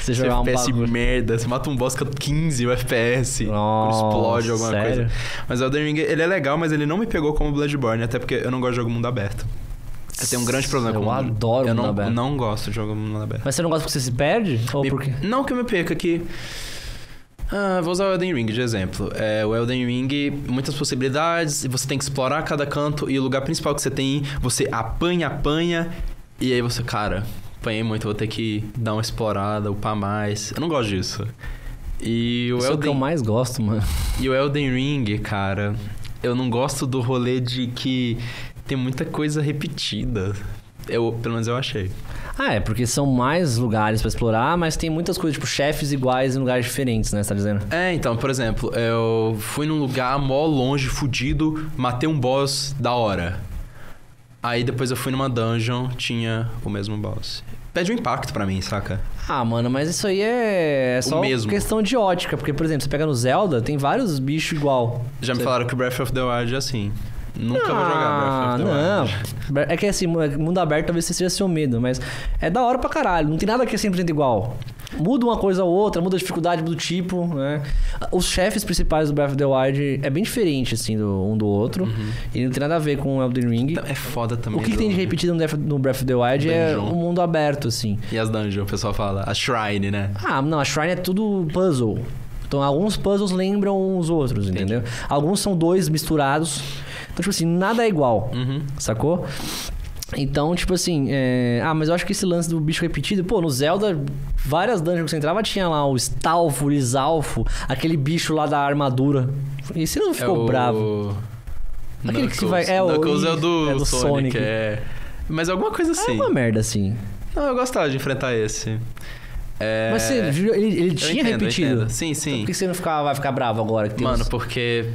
A: Você
B: Esse
A: jogar um
B: FPS
A: bagulho.
B: merda, você mata um boss com 15 o FPS,
A: Nossa,
B: explode alguma
A: sério?
B: coisa. Mas o Elden Ring, ele é legal, mas ele não me pegou como Bloodborne, até porque eu não gosto de jogo mundo aberto. Eu tenho um grande problema
A: Eu
B: com
A: adoro
B: eu
A: mundo
B: não,
A: aberto.
B: não gosto de jogo mundo aberto.
A: Mas você não gosta porque você se perde? Ou
B: Me-
A: porque...
B: Tipo, Não que eu me perca que. Ah, vou usar o Elden Ring de exemplo. É, o Elden Ring, muitas possibilidades, e você tem que explorar cada canto, e o lugar principal que você tem, você apanha, apanha, e aí você, cara, apanhei muito, vou ter que dar uma explorada, upar mais. Eu não gosto disso. E o,
A: Isso é o que eu
B: Elden,
A: mais gosto, mano.
B: e o Elden Ring, cara, eu não gosto do rolê de que tem muita coisa repetida. Eu, pelo menos eu achei.
A: Ah, é, porque são mais lugares pra explorar, mas tem muitas coisas, tipo, chefes iguais em lugares diferentes, né? Você tá dizendo?
B: É, então, por exemplo, eu fui num lugar mó longe, fudido, matei um boss da hora. Aí depois eu fui numa dungeon, tinha o mesmo boss. Pede um impacto pra mim, saca?
A: Ah, mano, mas isso aí é, é só
B: mesmo.
A: questão de ótica. Porque, por exemplo, você pega no Zelda, tem vários bichos igual.
B: Já me
A: Você-
B: falaram que o Breath of the Wild é assim. Nunca vou
A: Ah,
B: jogar Breath of the
A: não.
B: Wild.
A: É que assim, mundo aberto talvez seja seu medo, mas é da hora pra caralho. Não tem nada que é 100% igual. Muda uma coisa ou outra, muda a dificuldade, muda o tipo, né? Os chefes principais do Breath of the Wild é bem diferente, assim, do, um do outro.
B: Uhum.
A: E não tem nada a ver com o Elden Ring.
B: É foda também.
A: o que, que tem de
B: do-
A: repetido no Death- no Breath of the Wild é
B: Um Dungeon.
A: o mundo aberto, assim.
B: E as dungeons, o pessoal fala. A Shrine, né?
A: Ah, não, a Shrine é tudo puzzle. Então, alguns puzzles lembram os outros, entendeu? Alguns são dois misturados. Então, tipo assim, nada é igual,
B: Uhum.
A: sacou? Então, tipo assim, é, ah, mas eu acho que esse lance do bicho repetido, pô, no Zelda, várias dungeons que você entrava tinha lá o Stalfo, o Isalfo, aquele bicho lá da armadura. E você não ficou
B: é o...
A: bravo? Aquele que se vai- é o-
B: Knuckles é o do,
A: é do Sonic.
B: Sonic. É... Mas alguma
A: É
B: coisa assim.
A: uma merda assim.
B: Não, eu gostava de enfrentar esse. É...
A: Mas você, viu, ele, ele
B: Eu
A: tinha
B: entendo, eu
A: repetido.
B: entendo. Sim,
A: Então,
B: sim.
A: por que você não fica, vai ficar bravo agora? Que, tem
B: Mano,
A: uns-
B: porque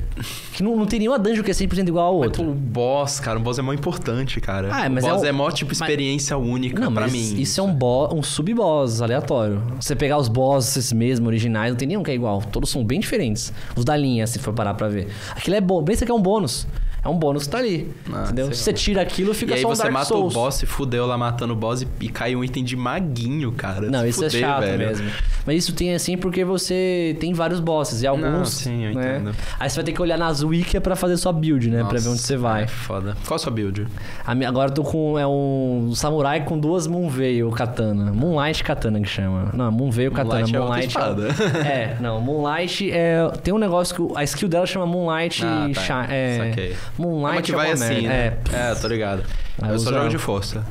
A: que não, não tem nenhuma dungeon que é 100% igual ao
B: pô,
A: outro.
B: o boss, cara, o boss é mó importante, cara.
A: Ah, é, mas
B: o
A: é
B: boss
A: o-
B: é, mó tipo experiência única
A: Não,
B: pra
A: mas
B: mim.
A: isso é um, bo- um sub-boss aleatório. Você pegar os bosses mesmo, originais, não tem nenhum que é igual. Todos são bem diferentes. Os da linha, se for parar pra ver. Aquilo é bom. Pensa que é um bônus. É um bônus que tá ali.
B: Ah,
A: entendeu?
B: sei
A: Se você tira aquilo, fica
B: E aí
A: só um
B: você
A: Dark
B: mata
A: Souls.
B: o boss e fudeu lá matando o boss e, e cai um item de maguinho, cara.
A: Não,
B: Se
A: isso
B: fuder,
A: é chato
B: velho.
A: mesmo. Mas isso tem assim porque você tem vários bosses e alguns.
B: Não, sim, eu
A: né?
B: entendo.
A: Aí você vai ter que olhar nas wikia pra fazer sua build, né? pra ver onde
B: Nossa,
A: você vai.
B: É foda. Qual a sua build?
A: A minha- agora eu tô com. É um samurai com duas Moonveil katana. Moonlight katana que chama. Não, Moonveil katana.
B: Moonlight é outra
A: Moonlight.
B: espada.
A: é, não. Moonlight é. Tem um negócio que. o- A skill dela chama Moonlight.
B: Ah, tá.
A: Sha- é,
B: Saquei.
A: Moonlight
B: Uma que
A: é
B: vai
A: uma
B: assim,
A: merda.
B: né?
A: É.
B: É, tô ligado.
A: Ah, eu
B: eu só
A: uso
B: jogo
A: ela.
B: de força.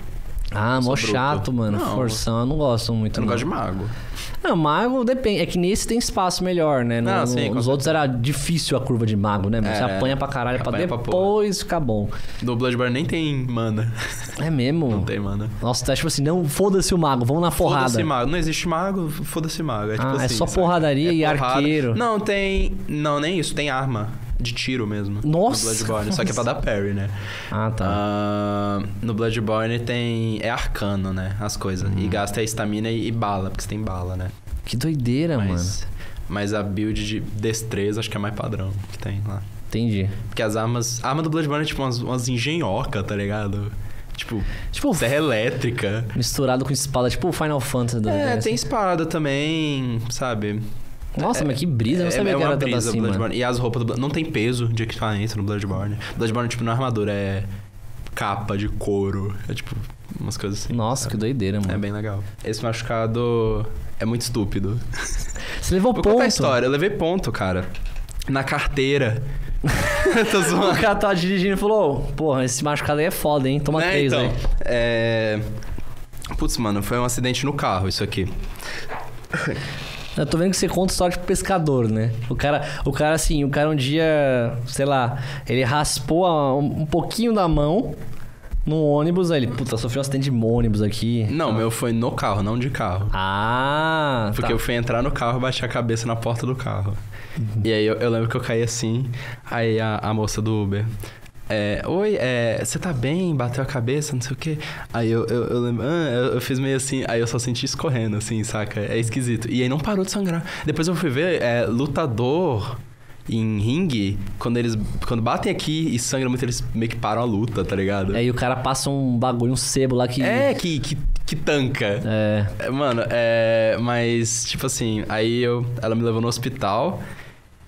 A: Ah,
B: Sou
A: mó
B: bruto.
A: chato, mano.
B: Não.
A: Forção, eu não gosto muito.
B: Eu não gosto de mago.
A: Não, mago depende. É que nesse tem espaço melhor, né? No,
B: Não,
A: no-
B: Ah, sim, com
A: nos outros era difícil a curva de mago, né? mano? Você
B: Era.
A: apanha pra caralho pra
B: Apanha pra porra.
A: depois ficar bom.
B: No Bloodborne nem tem mana.
A: É mesmo?
B: Não tem mana.
A: Nossa, tá tipo assim, não foda-se o mago, vamos na porrada.
B: Foda-se mago. Não existe mago, foda-se mago. É, tipo
A: Ah, é
B: assim,
A: só
B: saca?
A: porradaria e arqueiro.
B: Não, tem. Não, nem isso, tem arma de tiro mesmo.
A: Nossa!
B: No Bloodborne. Só que é pra dar parry, né?
A: Ah, tá.
B: Ah, no Bloodborne tem. É arcano, né? As coisas.
A: Hum.
B: E gasta estamina e, e bala, porque você tem bala, né?
A: Que doideira, Ah, mano.
B: Mas, mas a build de destreza acho que é mais padrão que tem lá.
A: Entendi.
B: Porque as armas. A arma do Bloodborne é tipo umas, umas engenhoca, tá ligado? Tipo,
A: Tipo,
B: serra elétrica.
A: misturado com espada, tipo o Final Fantasy do
B: É,
A: NES.
B: tem espada também, sabe? é,
A: Nossa, mas que brisa, eu não sabia que era tanto assim, mano.
B: Bloodborne. E as roupas do Blood- Não tem peso de equipamento no Bloodborne. Bloodborne, tipo, não é armadura, é capa de couro. É tipo, umas coisas assim.
A: Nossa, que doideira,
B: É
A: mano.
B: bem legal. Esse machucado é muito estúpido.
A: Você levou
B: Vou
A: ponto.
B: contar a história. Eu levei ponto, cara. Na carteira. Tô
A: O
B: zoando.
A: cara tava dirigindo e falou, "Ô, porra, esse machucado aí é foda, hein? Toma
B: Né,
A: três
B: então,
A: aí.
B: é... Putz, mano, foi um acidente no carro isso aqui.
A: Eu tô vendo que você conta história de pescador, né? O cara, o cara assim, o cara um dia, sei lá, ele raspou a- um, um pouquinho da mão num ônibus, aí ele, puta, sofreu um acidente de ônibus aqui.
B: Não, meu foi no carro, não de carro.
A: Ah,
B: Porque
A: tá.
B: eu fui entrar no carro e bati a cabeça na porta do carro. E aí eu, eu lembro que eu caí assim, aí a, a moça do Uber. é, Oi, é, você tá bem? Bateu a cabeça, não sei o quê. Aí eu, eu, eu lembro, ah, eu, eu fiz meio assim, aí eu só senti escorrendo, assim, saca? É esquisito. E aí não parou de sangrar. Depois eu fui ver, é, lutador em ringue, quando eles quando batem aqui e sangram muito, eles meio que param a luta, tá ligado?
A: Aí o cara passa um bagulho, um sebo lá que.
B: É, que, que, que tanca.
A: É.
B: É, Mano, é. Mas, tipo assim, aí eu, ela me levou no hospital.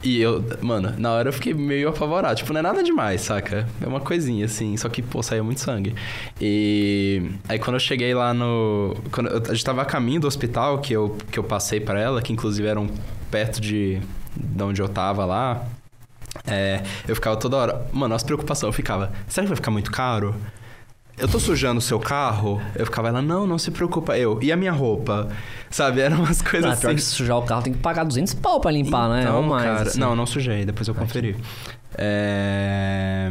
B: E eu, mano, na hora eu fiquei meio apavorado. Tipo, não é nada demais, saca? É uma coisinha, assim. Só que, pô, saía muito sangue. E. Aí quando eu cheguei lá no. Quando eu, a gente tava a caminho do hospital que eu, que eu passei pra ela, que inclusive eram perto de. de onde eu tava lá. É, eu ficava toda hora. Mano, as preocupações, eu ficava. Será que vai ficar muito caro? Eu tô sujando o seu carro? Eu ficava ela, não, não se preocupa. Eu, e a minha roupa? Sabe? Eram umas coisas
A: Ah, pior que
B: assim.
A: se sujar o carro tem que pagar 200 pau pra limpar, né? Ou
B: Então,
A: mais.
B: cara,
A: assim.
B: Não, não sujei, depois eu conferi. É,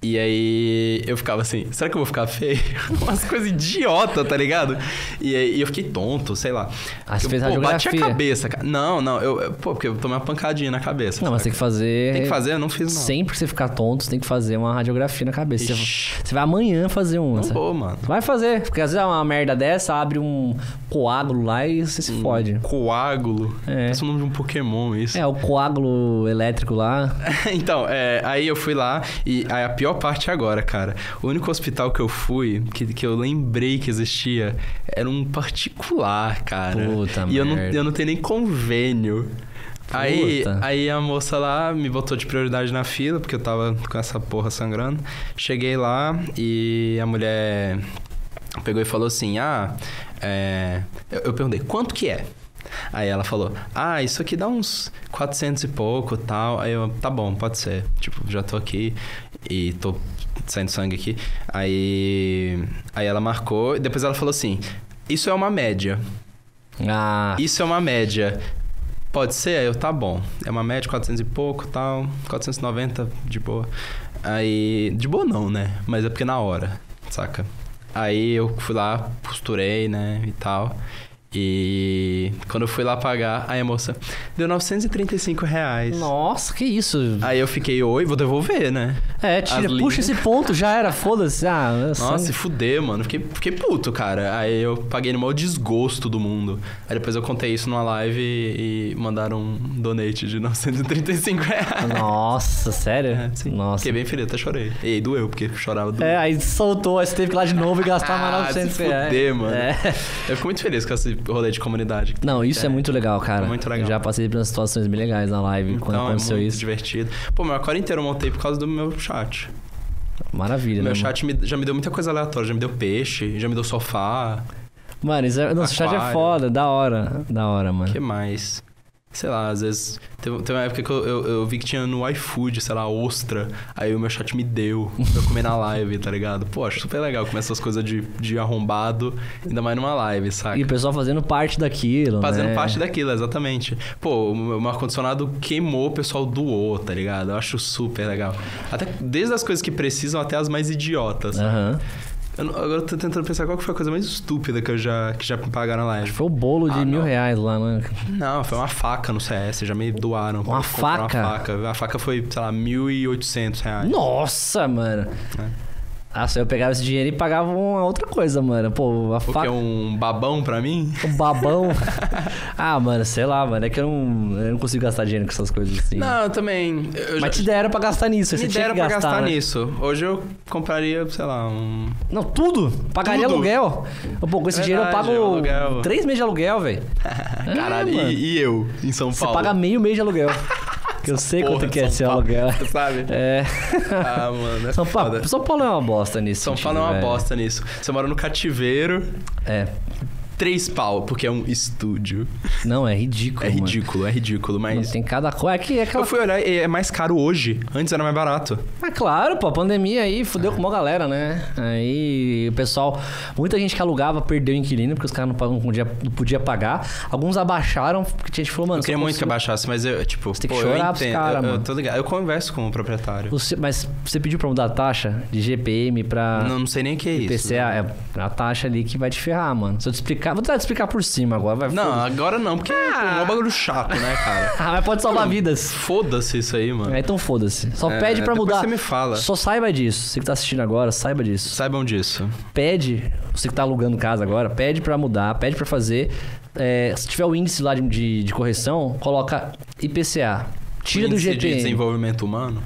B: E aí eu ficava assim, será que eu vou ficar feio? Umas coisas idiota, tá ligado? E aí e eu fiquei tonto, sei lá.
A: Ah, você
B: eu,
A: fez
B: pô, bati a
A: radiografia?
B: cabeça, cara. Não, não, eu, eu- pô, porque eu tomei uma pancadinha na cabeça.
A: Não, mas tem
B: saca?
A: que fazer.
B: Tem que fazer, eu não fiz não.
A: Sempre que você ficar tonto, você tem que fazer uma radiografia na cabeça. Você-
B: Ixi.
A: Você vai amanhã fazer uma.
B: Não
A: sabe?
B: vou, mano.
A: Vai fazer, porque às vezes é uma merda dessa, abre um coágulo lá e você
B: Hum.
A: se fode.
B: Coágulo.
A: É.
B: Parece o nome de um Pokémon isso.
A: É,
B: Então,
A: o coágulo elétrico lá.
B: é,
A: Puta
B: um e eu não,
A: merda.
B: eu não tenho nem convênio. Aí,
A: Puta.
B: aí a moça lá me botou de prioridade na fila, porque eu tava com essa porra sangrando. Cheguei lá e a mulher pegou e falou assim: Ah, é... eu, eu perguntei, quanto que é? Aí ela falou: Ah, isso aqui dá uns 400 e pouco tal. Aí eu, tá bom, pode ser. Tipo, já tô aqui e tô saindo sangue aqui. Aí, aí ela marcou e depois ela falou assim: Isso é uma média.
A: Ah,
B: Isso é uma média. Pode ser? Aí Eu, tá bom. É uma média, 400 e pouco tal. 490, de boa. Aí. De boa não, né? Mas é porque na hora, saca? Aí eu fui lá, costurei, né? E tal. E quando eu fui lá pagar, aí a moça deu 935 reais.
A: nossa, que isso.
B: Aí eu fiquei, oi, vou devolver, né?
A: É, tira,
B: as
A: puxa
B: linhas.
A: esse ponto, já era, foda-se. Ah, é
B: Nossa, se
A: sangue.
B: fuder, mano. Fiquei, fiquei puto, cara. Aí eu paguei no maior desgosto do mundo. Aí depois eu contei isso numa live e, e mandaram um donate de 935 reais.
A: Nossa, sério?
B: É, sim.
A: Nossa.
B: Fiquei bem ferido, até chorei. E aí doeu, porque chorava do.
A: É, aí soltou, aí você teve que ir lá de novo e gastar mais
B: Ah,
A: 900
B: se
A: reais.
B: fuder, mano.
A: É.
B: Eu fico muito feliz com esse rolê de comunidade.
A: Não, isso é. muito legal, cara.
B: É muito legal.
A: Eu já passei por umas situações bem legais na live quando
B: Então, é
A: aconteceu
B: muito
A: isso.
B: divertido. Pô, meu acorde inteiro eu montei por causa do meu chat.
A: Maravilha, né?
B: meu
A: mano?
B: chat me- já me deu muita coisa aleatória. Já me deu peixe, já me deu sofá.
A: Mano, isso é, nossa, o chat é
B: Aquário.
A: foda, da hora. Da hora, mano.
B: O que mais? Sei lá, às vezes. Teve, teve uma época que eu, eu, eu vi que tinha no iFood, sei lá, ostra. Aí o meu chat me deu pra eu comer na live, tá ligado? Pô, acho super legal comer essas coisas de, de arrombado, ainda mais numa live, saca?
A: E o pessoal fazendo parte daquilo.
B: Fazendo
A: né?
B: parte daquilo, exatamente. Pô, o meu ar-condicionado queimou, o pessoal doou, tá ligado? Eu acho super legal. Até, desde as coisas que precisam até as mais idiotas.
A: Aham.
B: Eu não- agora eu tô tentando pensar qual que foi a coisa mais estúpida que, eu já, que já me pagaram na live.
A: Foi o bolo de
B: Ah,
A: mil
B: não.
A: reais lá, né?
B: Não, foi uma faca no CS, já me doaram.
A: Uma
B: pra comprar
A: faca?
B: Uma faca. A faca foi, sei lá, 1.800 reais.
A: Nossa, mano.
B: É.
A: Nossa, eu pegava esse dinheiro e pagava uma outra coisa, mano. Pô, a
B: O que
A: faca.
B: é um babão pra mim?
A: Um babão. ah, mano, sei lá, mano. É que eu não, eu não consigo gastar dinheiro com essas coisas assim.
B: Não, eu também. Eu
A: Mas
B: já,
A: te deram pra gastar nisso.
B: me
A: você tinha
B: deram
A: que
B: pra
A: gastar,
B: gastar
A: né?
B: nisso. Hoje eu compraria, sei lá, um.
A: Não, tudo. Pagaria
B: Tudo.
A: aluguel. Pô, com esse
B: Verdade,
A: dinheiro eu pago
B: aluguel.
A: três meses de aluguel, velho.
B: Ah, Caralho,
A: É, mano.
B: e, e eu, em São
A: Você
B: Paulo?
A: paga meio mês de aluguel. Que eu sei
B: Porra,
A: quanto que é
B: São
A: seu
B: Paulo,
A: aluguel.
B: Sabe?
A: É.
B: Ah, mano. É
A: São, Pa-
B: foda.
A: São Paulo é uma bosta nisso.
B: São Paulo é uma bosta nisso. Você mora no cativeiro,
A: É.
B: Três pau, porque é um estúdio.
A: Não, é ridículo.
B: É
A: mano.
B: ridículo, é ridículo,
A: Mano,
B: mas.
A: tem cada coisa. É, que, é aquela...
B: Eu fui olhar, e é mais caro hoje. Antes era mais barato.
A: Ah, claro, pô, a pandemia aí fudeu com uma galera, né? Aí o pessoal, muita gente que alugava perdeu o inquilino, porque os caras não, pagam- não podia, não podia pagar. Alguns abaixaram, porque tinha gente que falou, mano,
B: Eu
A: você
B: queria
A: não
B: muito que
A: conseguiu-
B: abaixasse, mas eu, tipo,
A: Você tem que
B: pô,
A: chorar
B: eu
A: pros
B: entendo.
A: cara,
B: eu, eu
A: mano.
B: tô ligado. Eu converso com o proprietário.
A: você, Mas você pediu pra mudar a taxa de GPM pra.
B: Não, não sei nem o que é isso.
A: IPCA é a taxa ali que vai te ferrar, mano. Se eu te explicar, vou tentar te explicar por cima agora, vai.
B: Não,
A: foda-se.
B: agora não, porque é um bagulho chato, né, cara?
A: Ah, mas pode salvar vidas.
B: Foda-se isso aí, mano.
A: É, então foda-se. Só
B: É,
A: pede pra
B: depois
A: mudar.
B: você me fala.
A: Só saiba disso. Você que tá assistindo agora, saiba disso.
B: Saibam disso.
A: pede, você que tá alugando casa agora, pede pra mudar, pede pra fazer. É, se tiver o índice lá de, de, de correção, coloca IPCA. Tira do
B: Índice de
A: GPM.
B: desenvolvimento humano.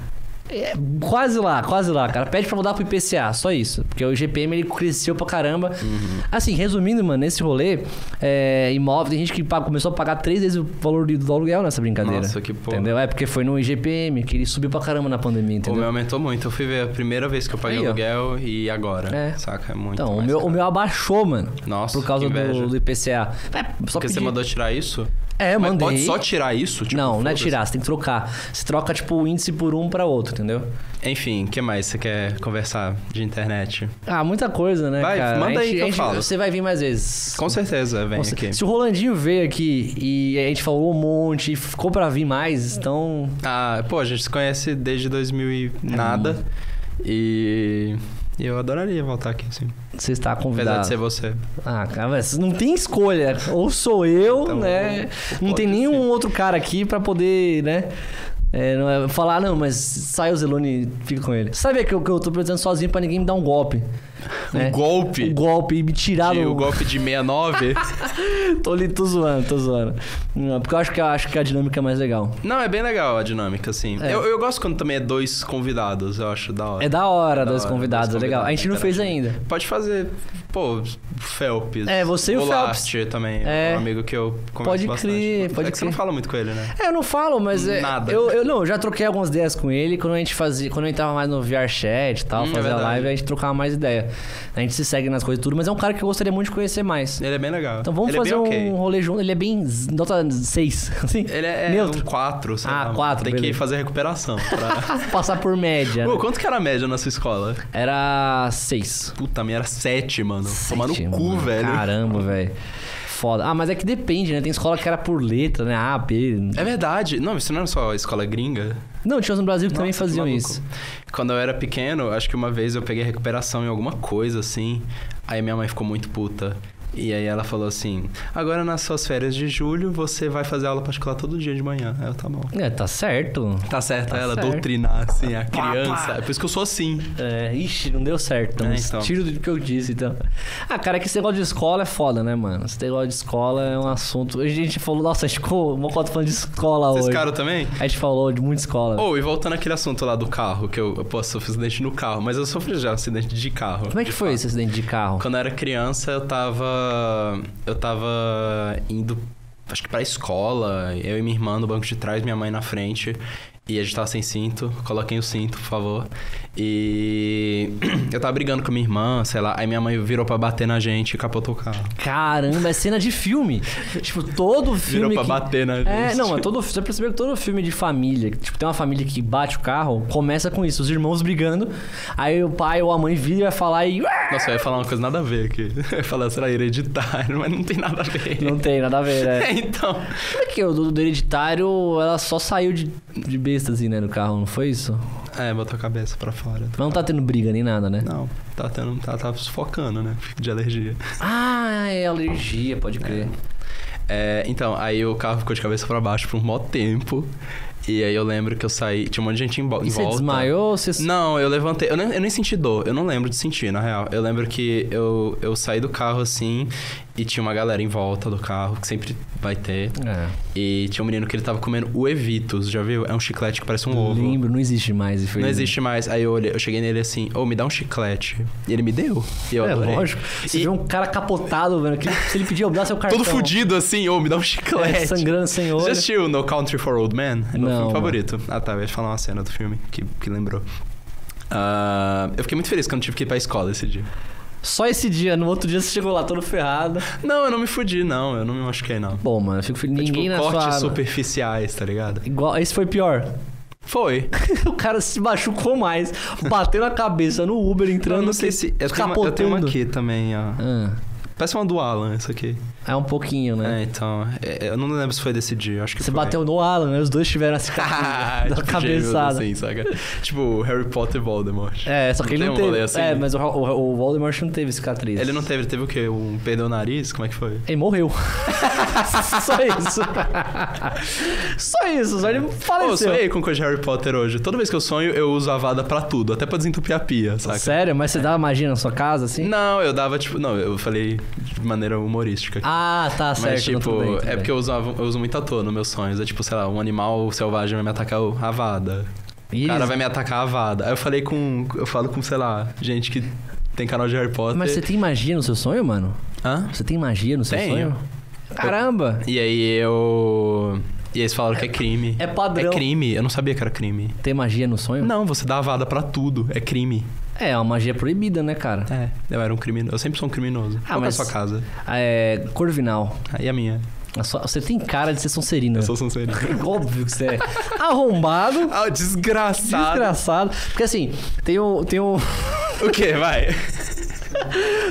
A: É, quase lá, quase lá, cara. Pede pra mudar pro IPCA, só isso. Porque o GPM ele cresceu pra caramba.
B: Uhum.
A: Assim, resumindo, mano, nesse rolê, é, imóvel, tem gente que paga- começou a pagar três vezes o valor do, do aluguel nessa brincadeira.
B: Nossa, que porra.
A: Entendeu? É porque foi no IGPM que ele subiu pra caramba na pandemia,
B: O
A: entendeu?
B: meu aumentou muito. Eu fui ver a primeira vez que eu paguei
A: Aí, ó.
B: aluguel e agora.
A: É.
B: Saca? É muito.
A: Então, o
B: mais
A: meu, o
B: caro.
A: meu abaixou, mano.
B: Nossa,
A: por causa
B: que inveja.
A: do, do IPCA. É, só
B: Porque você
A: pedir-
B: mandou tirar isso?
A: É,
B: Mas
A: mandei.
B: pode só tirar isso? Tipo,
A: não, não é
B: foda-se.
A: tirar, você tem que trocar. Você troca, tipo, o índice por um pra outro, entendeu?
B: Enfim, o que mais você quer conversar de internet?
A: Ah, muita coisa, né,
B: Vai,
A: cara?
B: manda
A: A
B: aí
A: gente-
B: que eu
A: a gente-
B: falo.
A: Você vai vir mais vezes.
B: Com certeza, vem
A: Com cer-
B: aqui.
A: Se o Rolandinho veio aqui e a gente falou um monte e ficou pra vir mais, então...
B: Ah, pô, a gente se conhece desde 2000
A: É
B: e nada. E... e eu adoraria voltar aqui, sim.
A: Você está
B: Apesar
A: convidado.
B: de ser você.
A: Ah, cara, mas não tem escolha. Ou sou eu,
B: Então,
A: né?
B: não
A: Não tem
B: pode
A: nenhum
B: ser.
A: outro cara aqui pra poder, né? É, não é- falar, não, mas sai o Zelone fica com ele. Sabe que eu, que eu tô pensando sozinho pra ninguém me dar um golpe. né?
B: Um golpe.
A: Um golpe e me tirar
B: de,
A: do.
B: o golpe de 69.
A: Tô, li- tô zoando, tô zoando. Não, porque eu acho que, eu acho que a dinâmica é mais legal.
B: Não, é bem legal a dinâmica, assim.
A: É.
B: Eu, eu gosto quando também é dois convidados, eu acho da hora.
A: É da hora
B: É da
A: dos
B: hora,
A: convidados,
B: dois
A: é legal. A gente não fez
B: convidados,
A: ainda.
B: Pode fazer, pô, Felps.
A: É, você e o
B: Goulart também,
A: É.
B: um amigo que eu converso
A: Pode
B: bastante.
A: crer,
B: É
A: pode
B: que você
A: crer.
B: não fala muito com ele, né?
A: É, eu não falo, mas é,
B: Nada.
A: Eu, eu não, eu já troquei algumas ideias com ele quando a gente fazia, quando eu entrava mais no VR chat e tal,
B: Hum, é
A: fazia
B: verdade.
A: live, a gente trocava mais ideia. A gente se segue nas coisas e tudo, mas é um cara que eu gostaria muito de conhecer mais.
B: Ele é bem legal.
A: Então vamos
B: ele
A: fazer
B: é
A: um
B: bem ok.
A: rolê junto. Ele é bem z- nota 6, assim.
B: Ele é, é um
A: neutro.
B: 4, sei
A: Ah,
B: lá.
A: quatro,
B: Tem que
A: beleza.
B: fazer recuperação. Pra...
A: Passar por média.
B: Pô,
A: né?
B: quanto que era a média na sua escola?
A: Era 6.
B: Puta, a minha era 7, mano. Tomar no
A: Sete,
B: cu,
A: mano.
B: velho.
A: Caramba, velho. Foda. Ah, mas é que depende, né? Tem escola que era por letra, né? A, B.
B: É verdade. Não, isso não era só escola gringa.
A: Não, tinha uns no Brasil que também
B: Nossa, que
A: faziam
B: maluco.
A: isso.
B: Quando eu era pequeno, acho que uma vez eu peguei recuperação em alguma coisa, assim. Aí minha mãe ficou muito puta. E aí ela falou assim: agora nas suas férias de julho, você vai fazer aula particular todo dia de manhã. Aí eu, tá bom.
A: É, tá certo.
B: Tá certo
A: Tá
B: ela
A: certo.
B: doutrinar, assim, a
A: Pá,
B: criança.
A: pá.
B: É por isso que eu sou assim.
A: É, ixi, não deu certo. Então,
B: É, então.
A: Tiro do que eu disse, então. Ah, cara, é que esse negócio de escola é foda, né, mano? Esse negócio de escola é um assunto. Hoje a gente falou, nossa, a gente ficou uma cota falando de escola
B: Vocês
A: hoje.
B: ficaram também?
A: A gente falou de muita escola.
B: Ou, e voltando àquele assunto lá do carro, que eu, eu posso sofrer acidente no carro, mas eu sofri já acidente de carro.
A: Como é que
B: de
A: foi
B: fato.
A: esse acidente de carro?
B: Quando eu era criança, eu tava. Eu tava indo, acho que pra escola. Eu e minha irmã no banco de trás, minha mãe na frente. E a gente tava sem cinto. Coloquem o cinto, por favor. E eu tava brigando com minha irmã, sei lá. Aí minha mãe virou pra bater na gente e capotou o carro.
A: Caramba, é cena de filme. tipo, todo
B: Virou
A: filme.
B: pra
A: que-
B: bater na
A: É,
B: gente.
A: não, é todo Você percebeu que todo filme de família, que, tipo, tem uma família que bate o carro, começa com isso, os irmãos brigando, aí o pai ou a mãe vira e vai falar e.
B: Nossa, eu ia falar uma coisa nada a ver aqui. Eu ia falar, será hereditário, mas não tem nada a ver.
A: Não tem nada a ver, né?
B: É, então.
A: Como é que é? o do, do hereditário, ela só saiu de, de besta, assim, né, no carro, não foi isso?
B: É, botou a cabeça pra fora.
A: Mas não tá tendo briga nem nada, né?
B: Não, tá, tendo, tá, tá sufocando, né? De alergia.
A: Ah, é alergia, pode crer.
B: É, então, aí o carro ficou de cabeça pra baixo por um maior tempo. E aí eu lembro que eu saí, tinha um monte de gente em, bo- em
A: E você
B: volta.
A: desmaiou? Você...
B: Não, eu levantei. Eu nem, eu nem senti dor. Eu não lembro de sentir, na real. Eu lembro que eu, eu saí do carro assim e tinha uma galera em volta do carro, que sempre vai ter.
A: É,
B: E tinha um menino que ele tava comendo o Evitus, já viu? É um chiclete que parece um ovo.
A: lembro, não existe mais,
B: Não
A: infelizmente.
B: existe mais. Aí eu, olhei, eu cheguei nele assim, ô, me dá um chiclete. E ele me deu. E eu
A: é,
B: adorei.
A: lógico. Você
B: E-
A: vê um cara capotado, velho. que se ele pedir, eu dar seu cartão.
B: Todo fudido assim, ô, me dá um chiclete.
A: É, sangrando sem olho.
B: Você assistiu No Country for Old Men? É meu
A: Não.
B: filme favorito. Ah, tá. Eu ia te falar uma cena do filme que, que lembrou. Ah, eu fiquei muito feliz quando tive que ir pra escola esse dia.
A: Só esse dia, no outro dia você chegou lá todo ferrado.
B: Não, eu não me fudi, não. Eu não me machuquei, não.
A: Bom, mano, eu fico feliz.
B: Foi,
A: Ninguém
B: tipo,
A: na
B: cortes
A: sua...
B: superficiais, tá ligado?
A: Igual, esse foi pior.
B: Foi.
A: o cara se machucou mais, bateu na cabeça no Uber entrando.
B: Eu não sei se. Eu tenho, uma, eu tenho uma
A: capotando.
B: aqui também, ó.
A: Ah,
B: Parece uma do Alan, isso aqui.
A: é um pouquinho, né?
B: É, então. é, eu não lembro se foi desse dia. Acho que
A: Você
B: foi.
A: bateu no Alan, né? Os dois tiveram essa
B: Ah,
A: da
B: tipo,
A: cabeçada.
B: gêmeos, assim, saca? tipo Harry Potter e Voldemort.
A: É, só que ele
B: Não
A: não
B: tem um
A: teve.
B: rolê assim?
A: É, mas o, o, o Voldemort não teve cicatriz.
B: Ele não teve, teve o quê? Um perdeu o nariz? Como é que foi?
A: Ele morreu. só isso. só isso, só ele
B: Pô, eu
A: faleceu.
B: sonhei com coisa de Harry Potter hoje. Toda vez que eu sonho, eu uso a vada pra tudo, até pra desentupir a pia, saca?
A: Sério? Mas você dava magia na sua casa, assim?
B: Não, eu dava, tipo. Não, eu falei de maneira humorística.
A: Ah, tá, certo.
B: Mas,
A: não,
B: tipo,
A: tudo bem, tudo
B: é
A: bem.
B: porque eu uso, a- eu uso muito à toa nos meus sonhos. É tipo, sei lá, um animal selvagem vai me atacar eu- a vada.
A: Ih,
B: O cara vai me atacar a vada. Aí eu falei com. Eu falo com, sei lá, gente que tem canal de Harry Potter.
A: Mas você tem magia no seu sonho, mano?
B: Hã?
A: Você tem magia no seu
B: Tenho.
A: sonho? Caramba!
B: E aí eu. E eles falaram que é crime.
A: É padrão.
B: É crime. Eu não sabia que era crime.
A: Ter magia no sonho?
B: Não, você dá a vada pra tudo. É crime.
A: É, é uma magia proibida, né, cara?
B: É, eu era um criminoso. Eu sempre sou um criminoso. Qual que é a
A: Ah, mas-
B: sua casa?
A: É, Corvinal,
B: Aí a minha.
A: a sua- É você tem cara de ser Sonserina.
B: Eu sou Sonserino.
A: Óbvio que você é arrombado,
B: ah, desgraçado.
A: desgraçado. Porque assim, tem o, tem o,
B: O quê? Vai.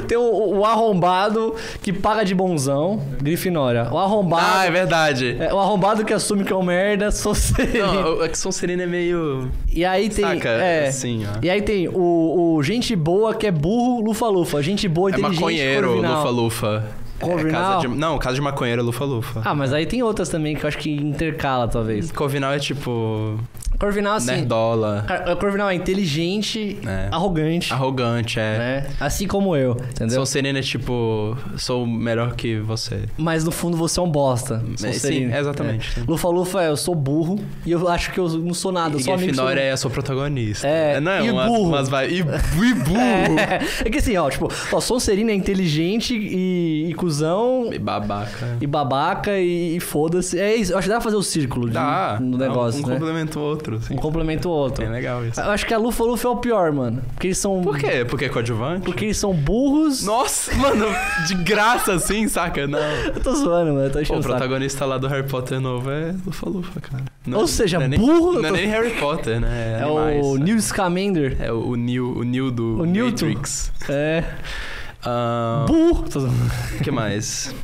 A: tem um, o, o arrombado que paga de bonzão, Grifinória. O
B: Ah,
A: arrombado...
B: é verdade.
A: é, o arrombado que assume que é um merda, Sonserina.
B: Não, o- é que Sonserino é meio.
A: E aí tem...
B: Saca?
A: é,
B: Assim, ó.
A: E aí tem o, o gente boa que é burro, lufa-lufa. Gente boa,
B: É
A: inteligente,
B: maconheiro,
A: Corvinal.
B: lufa-lufa. É
A: Corvinal?
B: casa de, não, casa de maconheiro é lufa-lufa.
A: Ah, mas aí tem outras também que eu acho que intercala, talvez.
B: Corvinal é tipo.
A: Corvinal, assim...
B: Nerdola.
A: Cara, O Corvinal é inteligente,
B: É.
A: arrogante,
B: Arrogante, é.
A: né? Assim como eu, entendeu?
B: Sonserino é tipo. Sou melhor que você.
A: Mas no fundo você é um bosta.
B: É,
A: Sonserino.
B: sim, exatamente.
A: É. Lufa Lufa é, eu sou burro e eu acho que eu não sou nada, eu
B: E
A: sou Ah, amigo.
B: Grifinória
A: sou...
B: é a sua protagonista.
A: É,
B: não é
A: e
B: umas,
A: burro.
B: umas vai. E, e burro.
A: É. é que assim, ó, tipo, ó, Sonserino é inteligente e, e cuzão
B: E babaca.
A: e babaca e, e foda-se. É isso, eu acho que dá pra fazer o círculo de-
B: Dá.
A: no negócio,
B: um, um
A: né?
B: complementa o outro. Assim.
A: Um complementa o outro.
B: É legal isso.
A: Eu acho que a Lufa Lufa é o pior, mano. Porque eles são.
B: Por quê? Porque é coadjuvante?
A: Porque eles são burros.
B: Nossa, mano, de graça assim, saca? Não.
A: Eu tô zoando, mano. Eu tô
B: Pô,
A: enchendo
B: o
A: o saco.
B: protagonista lá do Harry Potter novo é Lufa-Lufa, cara.
A: Ou seja,
B: não é nem-
A: burro,
B: não é
A: eu tô-
B: nem Harry Potter, né?
A: É o
B: animais.
A: Neil Scamander.
B: É o Neil, o Neil do
A: O Newton.
B: Matrix.
A: É.
B: Ahn,
A: Burro.
B: O que mais?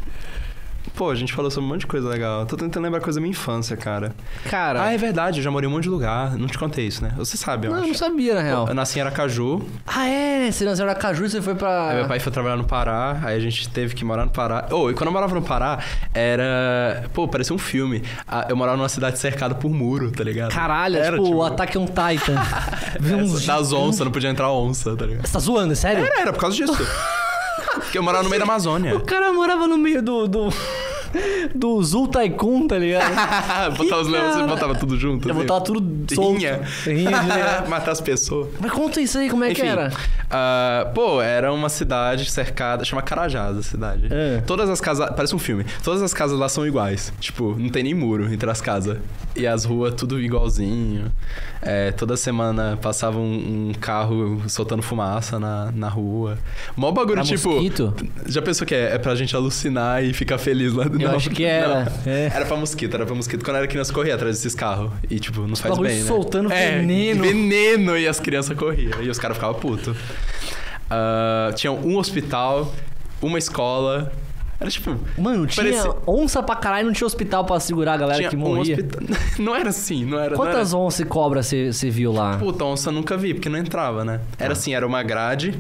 B: Pô, a gente falou sobre um monte de coisa legal. Tô tentando lembrar coisa da minha infância, cara.
A: Cara.
B: Ah, é verdade, eu já morei em um monte de lugar. Não te contei isso, né? Você sabe, eu
A: não, eu não
B: acho.
A: sabia, na real.
B: Eu nasci em Aracaju,
A: Ah, é? Você nasceu na Caju e você foi pra.
B: aí meu pai foi trabalhar no Pará, aí a gente teve que morar no Pará. Oh, e quando eu morava no Pará, era. Pô, parecia um filme. Ah, Eu morava numa cidade cercada por muro, tá ligado?
A: Caralho, é
B: Era,
A: tipo,
B: tipo-
A: o Ataque on Titan. Viu uns.
B: Das onças, não podia entrar onça, tá ligado?
A: Você tá zoando, é sério?
B: Era, era por causa disso. Porque eu morava no meio da Amazônia.
A: O cara morava no meio do. do... Do Zul Tycoon, tá ligado?
B: botava os leões, você
A: cara.
B: botava tudo junto.
A: Eu
B: assim.
A: botava tudo solto.
B: Rinha.
A: Rinha, tá ligado?
B: Matar as pessoas.
A: Mas conta isso aí, como é
B: Enfim,
A: que era?
B: ah, pô, era uma cidade cercada, chama Carajás a cidade.
A: É.
B: Todas as casas, parece um filme, todas as casas lá são iguais. Tipo, não tem nem muro entre as casas. E as ruas tudo igualzinho. É, toda semana passava um, um carro soltando fumaça na, na rua. Mó bagulho,
A: Pra
B: tipo...
A: mosquito?
B: Já pensou que é, é pra gente alucinar e ficar feliz lá dentro?
A: Eu acho que era, é.
B: Era pra mosquito, era pra mosquito. Quando eu era criança, eu corria atrás desses carros. E, tipo, nos faz
A: bagulho
B: bem, né?
A: soltando
B: É,
A: veneno.
B: Veneno! E as crianças corriam. E os caras ficavam putos. Ah, tinha um hospital, uma escola. Era tipo...
A: Mano, tinha
B: Parecia-
A: onça pra caralho não tinha hospital pra segurar a galera
B: tinha
A: que
B: um
A: morria.
B: hospital... Não era assim, não era... não era-
A: Quantas onças e cobra você você viu lá?
B: Puta, onça eu nunca vi, porque não entrava, né? Era assim, era uma grade.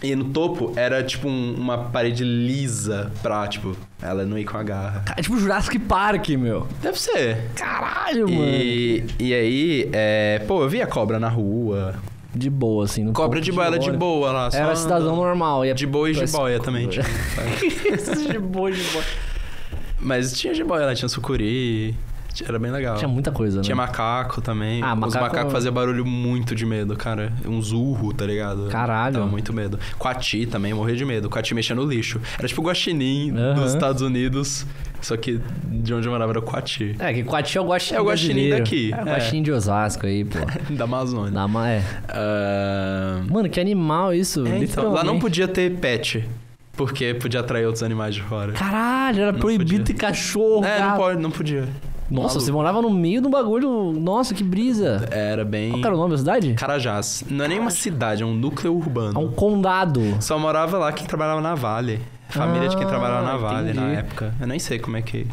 B: E no topo era tipo um- uma parede lisa pra, tipo, ela não ir com a garra.
A: É tipo Jurassic Park, meu.
B: Deve ser.
A: Caralho, mano.
B: E, e aí, é, pô, eu via cobra na rua.
A: De boa, assim. no
B: Cobra
A: ponto
B: de boa, era de
A: hora.
B: boa lá. só
A: Era
B: anda.
A: cidadão normal. Ia...
B: De boa e jiboia também. tinha, sabe?
A: de boa, de boa.
B: Mas tinha jiboia lá, tinha sucuri. Era bem legal.
A: Tinha muita coisa, né?
B: Tinha macaco também.
A: Ah,
B: Os
A: macaco-
B: macacos faziam barulho muito de medo, cara. Um zurro, tá ligado?
A: Caralho.
B: Tava muito medo. Coati também, morria de medo. Coati mexia no lixo. Era tipo o guaxinim
A: Aham.
B: dos Estados Unidos, só que de onde eu morava era o Coati.
A: É, que Coati é o guaxinim
B: É o guaxinim
A: brasileiro.
B: daqui,
A: É o
B: é.
A: guaxinim de Osasco aí, pô.
B: Da Amazônia.
A: Na, ma- é.
B: Ah,
A: Mano, que animal isso.
B: é, então, lá não
A: literalmente.
B: podia ter pet, porque podia atrair outros animais de fora.
A: Caralho, era
B: Não
A: proibido
B: podia.
A: ter cachorro,
B: É, não,
A: Um gato.
B: pode, não podia.
A: Nossa,
B: Maluco.
A: você morava no meio do bagulho. Nossa, que brisa.
B: Era bem.
A: Qual que era o nome da cidade?
B: Carajás. Não é nem uma cidade, é um núcleo
A: É um
B: urbano.
A: condado.
B: Só morava lá quem trabalhava na Vale. Família de quem
A: Ah,
B: trabalhava na Vale na
A: entendi.
B: época. Eu nem sei como é que.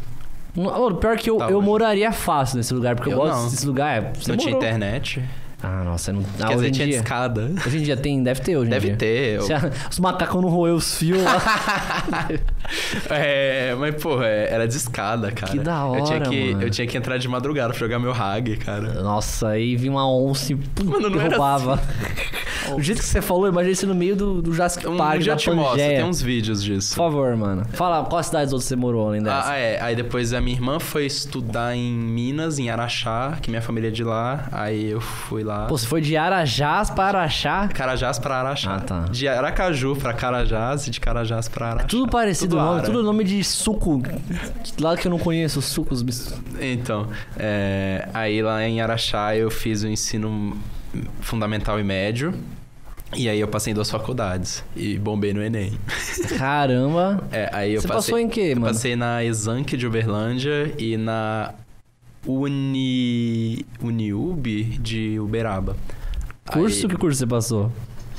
A: Não, Mano, pior que eu,
B: Tá
A: eu
B: hoje.
A: moraria fácil nesse lugar, porque eu,
B: Eu
A: gosto
B: não.
A: desse lugar. é, Você
B: não tinha
A: morou.
B: internet.
A: Ah, nossa, não. Ah,
B: Quer
A: hoje,
B: dizer,
A: em
B: tinha
A: dia,
B: escada.
A: hoje em dia tem, deve ter hoje. em
B: Deve
A: dia.
B: ter. eu-
A: Se a- os macacos não roeu os fios lá.
B: É, mas, porra, é- era de escada, cara.
A: Que da
B: Eu tinha
A: hora,
B: que,
A: mano.
B: eu tinha que entrar de madrugada pra jogar meu hag, cara.
A: Nossa, aí vinha uma onça e pum,
B: Mano, não era assim.
A: derrubava. o jeito que você falou, imagina isso no meio do, do Jurassic
B: Um,
A: Park,
B: um dia
A: da
B: eu te mostro,
A: Pangeia.
B: tem uns vídeos disso.
A: Por favor, mano. Fala, qual cidade outra você morou além dessa?
B: Ah, é. Aí depois a minha irmã foi estudar em Minas, em Araxá, que minha família é de lá. Aí eu fui lá.
A: Pô, você foi de Arajás para Araxá?
B: Carajás pra Araxá.
A: Ah, tá.
B: De Aracaju pra Carajás e de Carajás pra Araxá.
A: Tudo parecido,
B: Tudo
A: nome,
B: ara.
A: tudo nome de suco. Lá que eu não conheço, sucos. bis-
B: Então, é, aí lá em Araxá eu fiz o ensino fundamental e médio. E aí eu passei em duas faculdades e bombei no Enem.
A: Caramba.
B: É, aí eu
A: você
B: passei,
A: passou em quê,
B: eu
A: mano?
B: passei na Exanc de Uberlândia e na Uni... Uniub de Uberaba.
A: Curso?
B: Aí-
A: Que curso você passou?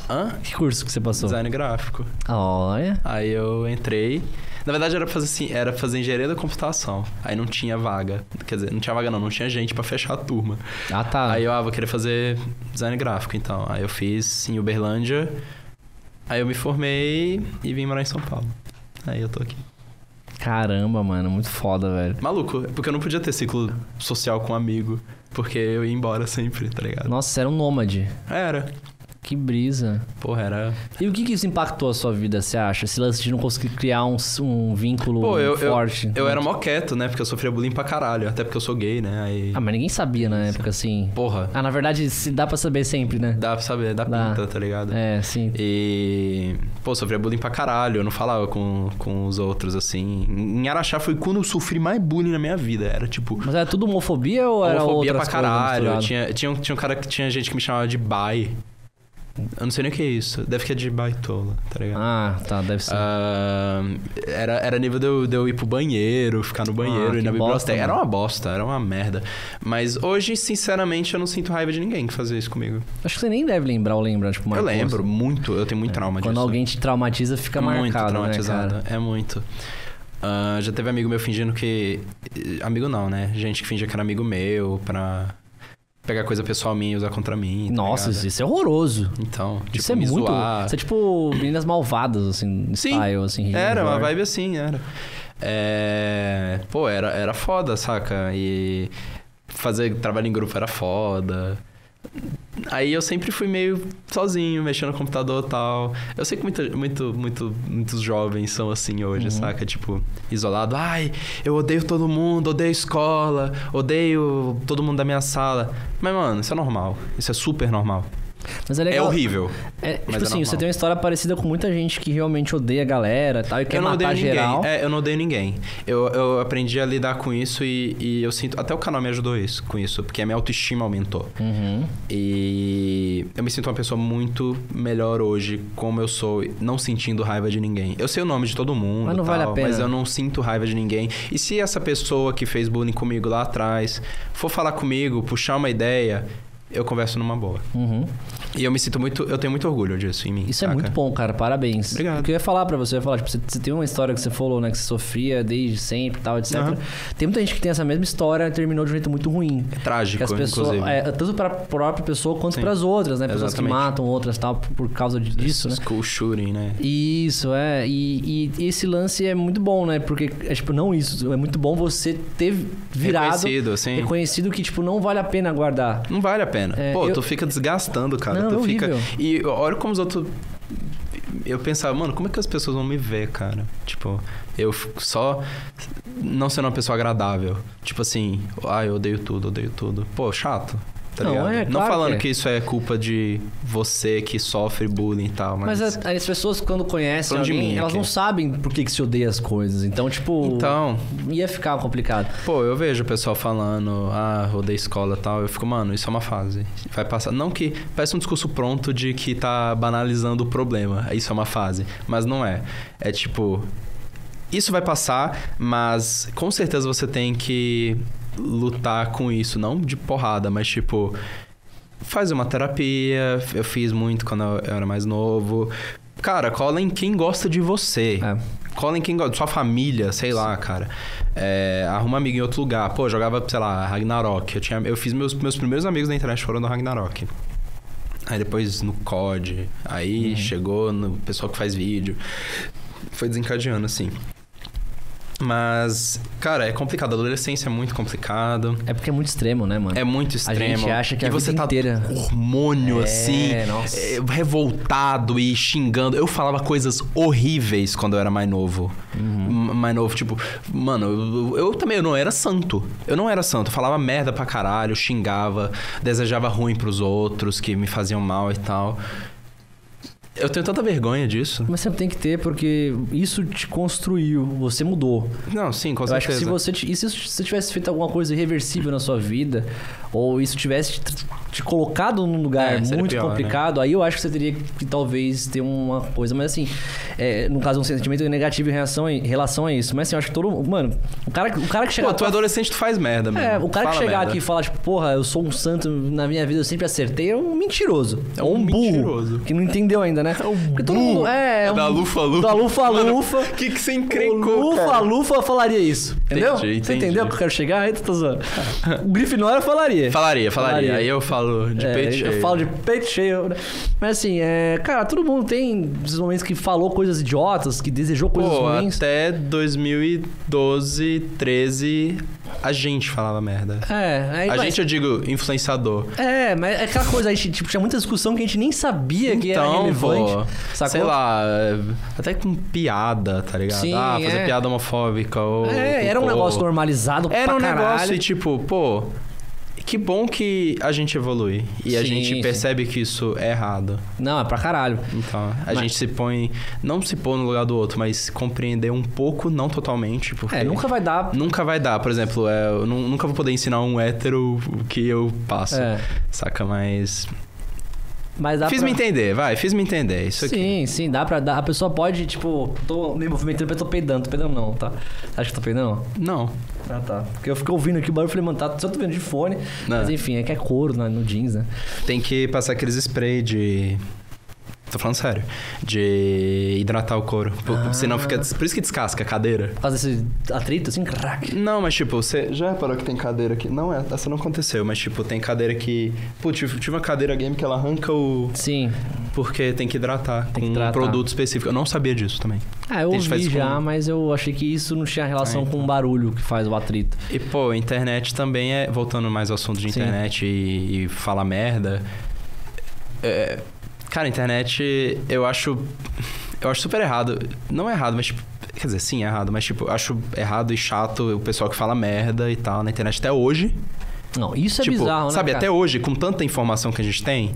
B: Hã?
A: Que curso que você passou?
B: Design gráfico.
A: Olha.
B: Aí eu entrei. Na verdade era pra fazer assim, era pra fazer engenharia da computação. Aí não tinha vaga. Quer dizer, não tinha vaga não, não tinha gente pra fechar a turma.
A: Ah, tá.
B: Aí eu, ah, vou querer fazer design gráfico, então. Aí eu fiz em Uberlândia. Aí eu me formei e vim morar em São Paulo. Aí eu tô aqui.
A: Caramba, mano. Muito foda, velho.
B: Maluco, é porque eu não podia ter ciclo social com um amigo, porque eu ia embora sempre, tá ligado?
A: Nossa, você era um nômade.
B: Era.
A: Que brisa.
B: Porra, era.
A: E o que, que isso impactou a sua vida, você acha? Esse lance de não conseguir criar um, um vínculo
B: Pô, eu, eu,
A: forte.
B: eu era mó quieto, né? Porque eu sofria bullying pra caralho. Até porque eu sou gay, né? Aí.
A: Ah, mas ninguém sabia na época, assim.
B: Porra,
A: Ah, na verdade, se dá pra saber sempre, né?
B: dá pra saber, dá
A: Dá.
B: pinta, tá ligado?
A: É, sim.
B: E. Pô, sofria bullying pra caralho. Eu não falava com, com os outros, assim. Em Araxá foi quando eu sofri mais bullying na minha vida. Era tipo.
A: Mas era tudo homofobia ou era
B: homofobia
A: outra
B: pra caralho. Tinha, tinha, um, tinha um cara que tinha gente que me chamava de bai. Eu não sei nem o que é isso. Deve que é de baitola, tá ligado?
A: Ah, tá, deve ser.
B: Ah, era, era nível de eu, de eu ir pro banheiro, ficar no banheiro,
A: Ah,
B: ir na
A: que bosta,
B: biblioteca. era
A: mano.
B: uma bosta, era uma merda. Mas hoje, sinceramente, eu não sinto raiva de ninguém que fazia isso comigo.
A: Acho que você nem deve lembrar ou lembrar, tipo,
B: eu
A: marcou.
B: lembro muito, eu tenho muito trauma
A: É. Quando
B: disso.
A: alguém te traumatiza, fica
B: muito
A: marcado,
B: traumatizado,
A: né,
B: é muito. Ah, já teve amigo meu fingindo que. Amigo não, né? Gente que fingia que era amigo meu pra pegar coisa pessoal minha e usar contra mim.
A: cara?
B: tá
A: Nossa,
B: ligado?
A: isso, isso é horroroso.
B: Então, tipo,
A: isso é
B: me
A: muito...
B: zoar.
A: Isso é tipo meninas malvadas, assim,
B: Sim,
A: style, assim. Regina
B: Era, uma
A: George.
B: vibe assim, era. É... Pô, era, era foda, saca? E fazer trabalho em grupo era foda. Aí eu sempre fui meio sozinho, mexendo no computador e tal. Eu sei que muito, muito, muito, muitos jovens são assim hoje, saca? Tipo, isolado. Ai, eu odeio todo mundo, odeio escola, odeio todo mundo da minha sala. Mas, mano, isso é normal. Isso é super normal.
A: Mas é
B: É
A: legal.
B: horrível.
A: É, tipo
B: é
A: assim,
B: normal.
A: você tem uma história parecida com muita gente que realmente odeia a galera e tal, e quer
B: eu não odeio
A: matar geral.
B: ninguém. É, eu não odeio ninguém. Eu, eu aprendi a lidar com isso e, e eu sinto. Até o canal me ajudou isso, com isso, porque a minha autoestima aumentou.
A: Uhum.
B: E eu me sinto uma pessoa muito melhor hoje, como eu sou, não sentindo raiva de ninguém. Eu sei o nome de todo mundo,
A: Mas não
B: tal,
A: vale a pena.
B: mas eu não sinto raiva de ninguém. E se essa pessoa que fez bullying comigo lá atrás for falar comigo, puxar uma ideia, eu converso numa boa.
A: Uhum.
B: E eu me sinto muito. Eu tenho muito orgulho disso em mim.
A: Isso é
B: saca?
A: muito bom, cara. Parabéns.
B: Obrigado.
A: O que eu ia falar pra você, eu ia falar, tipo, você, você tem uma história que você falou, né? Que você sofria desde sempre e tal, etc.
B: Aham.
A: Tem muita gente que tem essa mesma história e terminou de um jeito muito ruim.
B: É
A: Que
B: trágico,
A: as pessoas,
B: inclusive.
A: é, tanto pra própria pessoa quanto
B: Sim.
A: pras outras, né? Pessoas
B: Exatamente.
A: que matam outras e tal por, por causa de- disso, né?
B: School shooting, né?
A: Isso, é. E, e esse lance é muito bom, né? Porque, é, tipo, não isso. É muito bom você ter virado,
B: Reconhecido, assim.
A: reconhecido que, tipo, não vale a pena guardar.
B: Não vale a pena.
A: É,
B: Pô,
A: eu-
B: tu fica desgastando, cara.
A: Não,
B: tu
A: é
B: fica.
A: horrível.
B: E olha como os outros. Eu pensava, mano, como é que as pessoas vão me ver, cara? Tipo, eu fico só não sendo uma pessoa agradável. Tipo assim, ah, eu odeio tudo, odeio tudo. Pô, chato. Tá
A: Não,
B: ligado?
A: é,
B: não
A: claro
B: falando
A: que é.
B: que isso é culpa de você que sofre bullying e tal, mas.
A: Mas é, as, as pessoas, quando conhecem
B: Falando de
A: alguém,
B: mim
A: elas
B: aqui.
A: não sabem por que, que se odeia as coisas. Então, tipo,
B: Então,
A: ia ficar complicado.
B: pô, eu vejo o pessoal falando, ah, eu odeio escola e tal. Eu fico, mano, isso é uma fase. Vai passar. Não que. Parece um discurso pronto de que tá banalizando o problema. Isso é uma fase. Mas não é. É tipo. Isso vai passar, mas com certeza você tem que lutar com isso. Não de porrada, mas tipo. Faz uma terapia. Eu fiz muito quando eu era mais novo. Cara, cola em quem gosta de você.
A: É.
B: Cola em quem gosta, sua família, sei lá, cara. É, arruma amigo em outro lugar. Pô, eu jogava, sei lá, Ragnarok. Eu, tinha, eu fiz meus, meus primeiros amigos na internet foram no Ragnarok. Aí depois no COD. Aí
A: Uhum.
B: chegou no pessoal que faz vídeo. Foi desencadeando, assim. Mas, cara, é complicado. A adolescência é muito complicado.
A: É porque é muito extremo, né, mano?
B: É muito extremo.
A: gente acha que é
B: e
A: a
B: você
A: vida
B: tá
A: inteira-
B: com hormônio,
A: É,
B: assim,
A: nossa.
B: é, revoltado e xingando. Eu falava coisas horríveis quando eu era mais novo.
A: Uhum.
B: M- Mais novo, tipo, mano, eu, eu também eu não era santo. Eu não era santo. Eu falava merda pra caralho, xingava, desejava ruim pros outros que me faziam mal e tal. Eu tenho tanta vergonha disso.
A: Mas você tem que ter, porque isso te construiu, você mudou.
B: Não, sim, com
A: Eu acho
B: certeza.
A: que se você, ti- e se você tivesse feito alguma coisa irreversível na sua vida, ou isso tivesse te, te colocado num lugar
B: É, seria
A: muito
B: pior, né?
A: complicado, aí eu acho que você teria que talvez ter uma coisa, mas assim, é, no caso um sentimento negativo em relação, a- em relação a isso. Mas assim, eu acho que todo mundo. Mano, o cara, o cara que chegar.
B: Pô, tu é adolescente, tu faz merda mesmo.
A: É, o cara que
B: Fala
A: chegar
B: merda.
A: aqui e falar, tipo, porra, eu sou um santo na minha vida, eu sempre acertei, é um mentiroso. É um,
B: um
A: burro.
B: mentiroso.
A: Que não entendeu ainda, né? É um Porque todo mundo. É, é um,
B: Da lufa-lufa.
A: Da lufa-lufa.
B: O que, que você
A: O
B: encrencou,
A: Lufa,
B: cara?
A: Lufa falaria isso. Entendeu?
B: Entendi,
A: Você
B: entendi.
A: entendeu que eu quero chegar? Aí tu tá zoando. O Grifinória falaria.
B: Falaria, falaria.
A: Falaria.
B: Aí eu falo de
A: É,
B: peito
A: Eu
B: cheio.
A: falo de peito cheio. né? Mas assim, é, cara, todo mundo tem esses momentos que falou coisas idiotas, que desejou coisas
B: Pô,
A: ruins.
B: até 2012, 13, a gente falava merda.
A: É, aí,
B: a
A: mas-
B: gente, eu digo, influenciador.
A: É, mas é aquela coisa, a gente tipo, tinha muita discussão que a gente nem sabia que era
B: Então,
A: é relevante. tá
B: pô,
A: sacou?
B: sei lá, é, até com piada, tá ligado?
A: Sim,
B: ah, fazer
A: é.
B: piada homofóbica ou...
A: É, era um
B: ou-
A: negócio normalizado
B: Era
A: pra
B: um
A: caralho.
B: negócio e tipo, pô, que bom que a gente evolui. E a
A: Sim,
B: gente
A: sim.
B: percebe que isso é errado.
A: Não, é pra caralho.
B: Então, a
A: Mas-
B: gente se põe, não se pôr no lugar do outro, mas compreender um pouco, não totalmente, porque...
A: É, nunca vai dar...
B: Nunca vai dar, por exemplo, é, eu nu- nunca vou poder ensinar um hétero o que eu passo.
A: É,
B: Saca, mas.
A: mas dá
B: fiz
A: pra...
B: me entender, vai, fiz me entender. Isso aqui.
A: Sim, sim, dá pra dar. A pessoa pode, tipo, tô me movimentando, eu tô peidando, tô peidando não, tá? Acho que tô peidando?
B: Não.
A: Ah, tá. Porque eu fico ouvindo aqui o barulho, eu falei, mano, tá, só tô vendo de fone.
B: Não.
A: Mas enfim, é que é couro né, no jeans, né?
B: Tem que passar aqueles spray de. Tô falando sério. De hidratar o couro. Por- Senão fica. des- Por isso que descasca a cadeira.
A: Por causa desse atrito, assim, crack.
B: Não, mas tipo, você já reparou que tem cadeira que. Não, é- essa não aconteceu, mas tipo, tem cadeira que. Pô, tive, tive uma cadeira game que ela arranca o.
A: Sim.
B: Porque tem que hidratar
A: Tem que
B: com um
A: hidratar.
B: produto específico. Eu não sabia disso também.
A: Ah, eu
B: Tem gente que faz
A: ouvi
B: isso
A: já,
B: com-
A: mas eu achei que isso não tinha relação
B: Ah, então.
A: com o barulho que faz o atrito.
B: E, pô, a internet também é. Voltando mais ao assunto de
A: Sim.
B: internet e, e falar merda. É, cara, a internet eu acho. Eu acho super errado. Não é errado, mas tipo. Quer dizer, sim, é errado, mas tipo, eu acho errado e chato o pessoal que fala merda e tal na internet até hoje.
A: Não, isso é
B: tipo,
A: bizarro, né?
B: sabe,
A: cara? É.
B: até hoje, com tanta informação que a gente tem,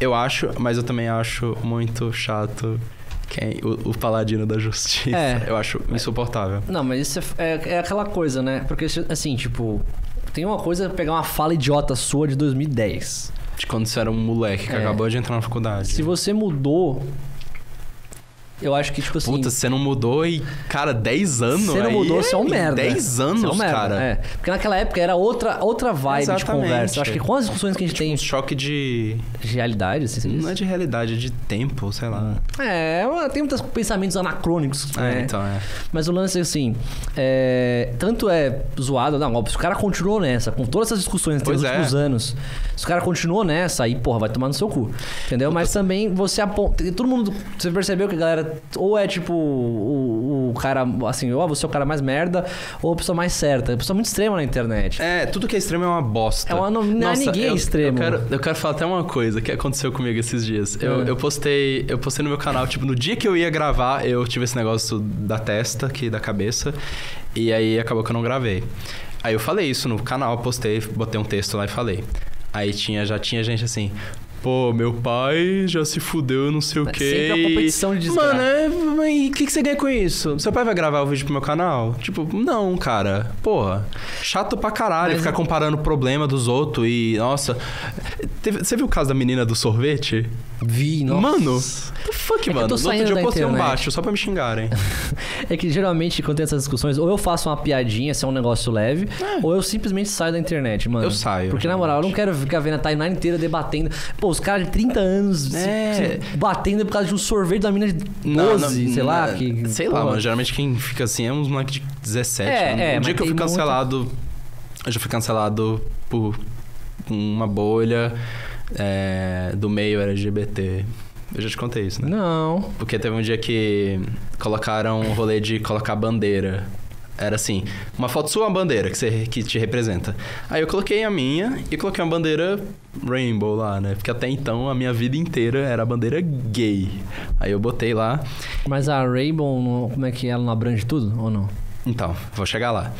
B: eu acho, mas eu também acho muito chato quem, o, o paladino da justiça.
A: É.
B: Eu acho insuportável.
A: Não, mas isso é, é- é aquela coisa, né? Porque, assim, tipo, tem uma coisa pegar uma fala idiota sua de 2010.
B: De quando você era um moleque que
A: É.
B: acabou de entrar na faculdade.
A: Se você mudou, eu acho que, tipo assim.
B: Puta, você não mudou e, cara, 10 anos?
A: você não
B: aí
A: mudou, você é um
B: em
A: merda.
B: 10 anos,
A: Você é um merda,
B: cara.
A: É. Porque naquela época era outra, outra vibe de
B: Exatamente.
A: conversa. Eu acho que com as discussões que a gente
B: Um
A: tem
B: choque de.
A: de realidade, assim, você diz?
B: Não é de realidade, é de tempo, sei lá.
A: É, tem muitos pensamentos anacrônicos.
B: É,
A: né?
B: então, é.
A: Mas o lance é assim, é, tanto é zoado, não, óbvio, se o cara continuou nessa, com todas essas discussões nos
B: Pois
A: últimos
B: é.
A: anos, se o cara continuou nessa, aí, porra, vai tomar no seu cu, entendeu? Mas também você aponta, todo mundo, você percebeu que a galera, ou é tipo o, o o cara, assim, ou você é o cara mais merda, ou a pessoa mais certa. A pessoa muito extrema na internet.
B: É, tudo que é extremo é uma bosta.
A: É uma no- não é ninguém
B: eu,
A: extremo.
B: Eu quero, eu quero falar até uma coisa que aconteceu comigo esses dias. Eu,
A: Ah.
B: eu postei eu postei no meu canal, tipo, no dia que eu ia gravar, eu tive esse negócio da testa, aqui da cabeça, e aí acabou que eu não gravei. Aí eu falei isso no canal, postei, botei um texto lá e falei. Aí tinha, já tinha gente assim... Pô, meu pai já se fudeu, não sei o
A: Mas
B: quê.
A: sempre é uma competição de desgraça.
B: Mano, é, mas o que, que você ganha com isso? Seu pai vai gravar o vídeo pro meu canal? Tipo, não, cara. Porra. Chato pra caralho
A: Mas- é
B: ficar comparando o problema dos outros e. Nossa. Teve- você viu o caso da menina do sorvete?
A: Vi, nossa. É
B: Mano, what the fuck,
A: que eu
B: mano.
A: tô
B: No outro
A: saindo
B: dia eu
A: da
B: postei um
A: internet.
B: baixo só pra me xingarem.
A: É que geralmente quando tem essas discussões, ou eu faço uma piadinha, se é um negócio leve, ou eu simplesmente saio da internet, mano.
B: Eu saio,
A: Porque na moral, eu não quero ficar vendo a timeline inteira debatendo. Pô, os caras de 30 anos se-
B: É.
A: se batendo por causa de um sorvete da mina de 12,
B: Não, não,
A: sei lá.
B: não,
A: que,
B: sei lá,
A: porra.
B: mano. Geralmente quem fica assim é uns moleque de 17.
A: É,
B: mano.
A: é,
B: o
A: mas
B: dia que
A: tem
B: eu fui
A: muita-
B: cancelado, eu já fui cancelado por uma bolha é, do meio LGBT. Eu já te contei isso, né?
A: Não.
B: Porque teve um dia que colocaram um rolê de colocar bandeira. Era assim, uma foto sua, uma bandeira que, você, que te representa. Aí eu coloquei a minha e coloquei uma bandeira rainbow lá, né? Porque até então a minha vida inteira era a bandeira gay. Aí eu botei lá.
A: Mas a Rainbow, não- como é que ela não abrange tudo ou não?
B: Então, vou chegar lá.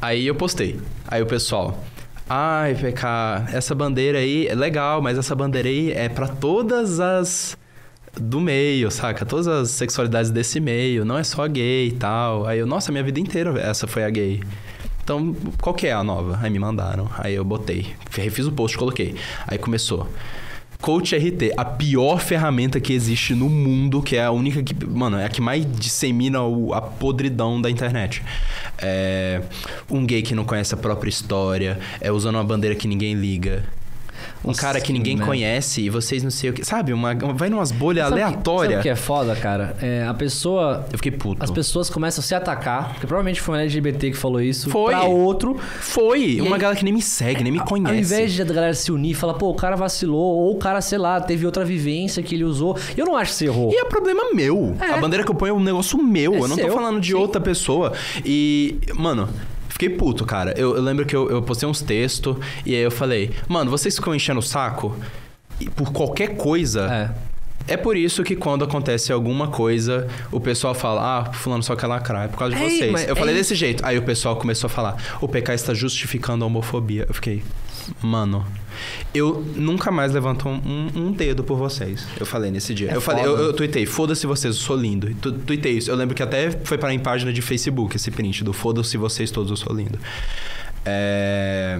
B: Aí eu postei. Aí o pessoal. Ai, PK, essa bandeira aí é legal, mas essa bandeira aí é pra todas as do meio, saca? Todas as sexualidades desse meio, não é só gay e tal. Aí eu, nossa, minha vida inteira essa foi a gay. Então, qual que é a nova? Aí me mandaram. Aí eu botei. Refiz o post, coloquei. Aí começou. Coach RT, a pior ferramenta que existe no mundo, que é a única que. Mano, é a que mais dissemina o- a podridão da internet. É. Um gay que não conhece a própria história, é usando uma bandeira que ninguém liga. Um
A: Nossa,
B: cara que
A: que
B: ninguém
A: merda.
B: conhece e vocês não sei o que. Sabe? Uma, uma- vai numas bolhas
A: Sabe o que- Sabe
B: aleatórias.
A: o que é foda, cara? É, a pessoa
B: Eu fiquei puto.
A: As pessoas começam a se atacar, porque provavelmente foi um LGBT que falou isso,
B: Foi.
A: pra outro.
B: Foi! uma
A: aí-
B: galera que nem me segue, nem me conhece.
A: Ao invés de a galera se unir e falar, pô, o cara vacilou, ou o cara, sei lá, teve outra vivência que ele usou. Eu não acho que você errou.
B: E é problema meu.
A: É.
B: A bandeira que eu ponho é um negócio meu.
A: É
B: eu não tô
A: seu,
B: falando de
A: sim.
B: outra pessoa. E, mano. Fiquei puto, cara. Eu, eu lembro que eu, eu postei uns textos e aí eu falei, mano, vocês ficam enchendo o saco e por qualquer coisa.
A: É.
B: É. por isso que quando acontece alguma coisa, o pessoal fala, ah, fulano só quer lacrar, é por causa de
A: É,
B: vocês.
A: mas
B: eu
A: é
B: falei
A: isso.
B: desse jeito. Aí o pessoal começou a falar, o PK está justificando a homofobia. Eu fiquei, mano, eu nunca mais levanto um, um dedo por vocês. Eu falei nesse dia.
A: É
B: eu falei, eu,
A: foda.
B: eu tuitei, foda-se vocês, eu sou lindo. E Tu, tuitei isso. Eu lembro que até foi pra minha página de Facebook esse print do foda-se vocês todos, eu sou lindo. É...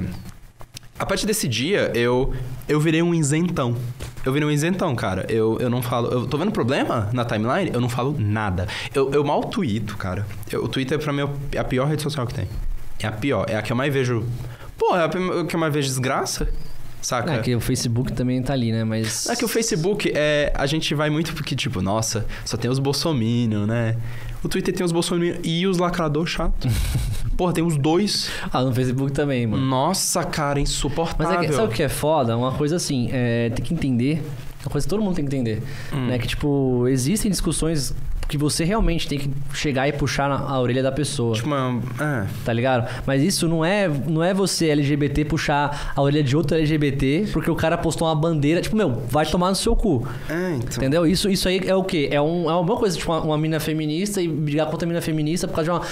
B: A partir desse dia, eu, eu virei um isentão. Eu virei um isentão, cara. Eu, eu não falo. Eu tô vendo problema na timeline? Eu não falo nada. Eu, eu mal tuito, cara. Eu, o Twitter, pra mim, é a pior rede social que tem. É a pior. É a que eu mais vejo. Pô, é a prim- que eu mais vejo desgraça? Saca?
A: É, que o Facebook também tá ali, né? Mas.
B: É que o Facebook, é, a gente vai muito porque, tipo, nossa, só tem os bolsominion, né? O Twitter tem os bolsominion e os lacrador chato. Porra, tem os dois.
A: Ah, no Facebook também,
B: Hum.
A: mano.
B: Nossa, cara,
A: Mas
B: insuportável.
A: é que- sabe o que é foda? Uma coisa assim, é, tem que entender. Uma coisa que todo mundo tem que entender.
B: Hum.
A: Né? Que, tipo, existem discussões que você realmente tem que chegar e puxar na, a orelha da pessoa.
B: Tipo, uma- é.
A: Tá ligado? Mas isso não é, não é você LGBT puxar a orelha de outro LGBT porque o cara postou uma bandeira. Tipo, meu, vai tomar no seu cu.
B: É, então.
A: Entendeu? Isso, isso aí é o quê? É, um, é uma coisa, tipo, uma, uma mina feminista e brigar contra a mina feminista por causa de uma,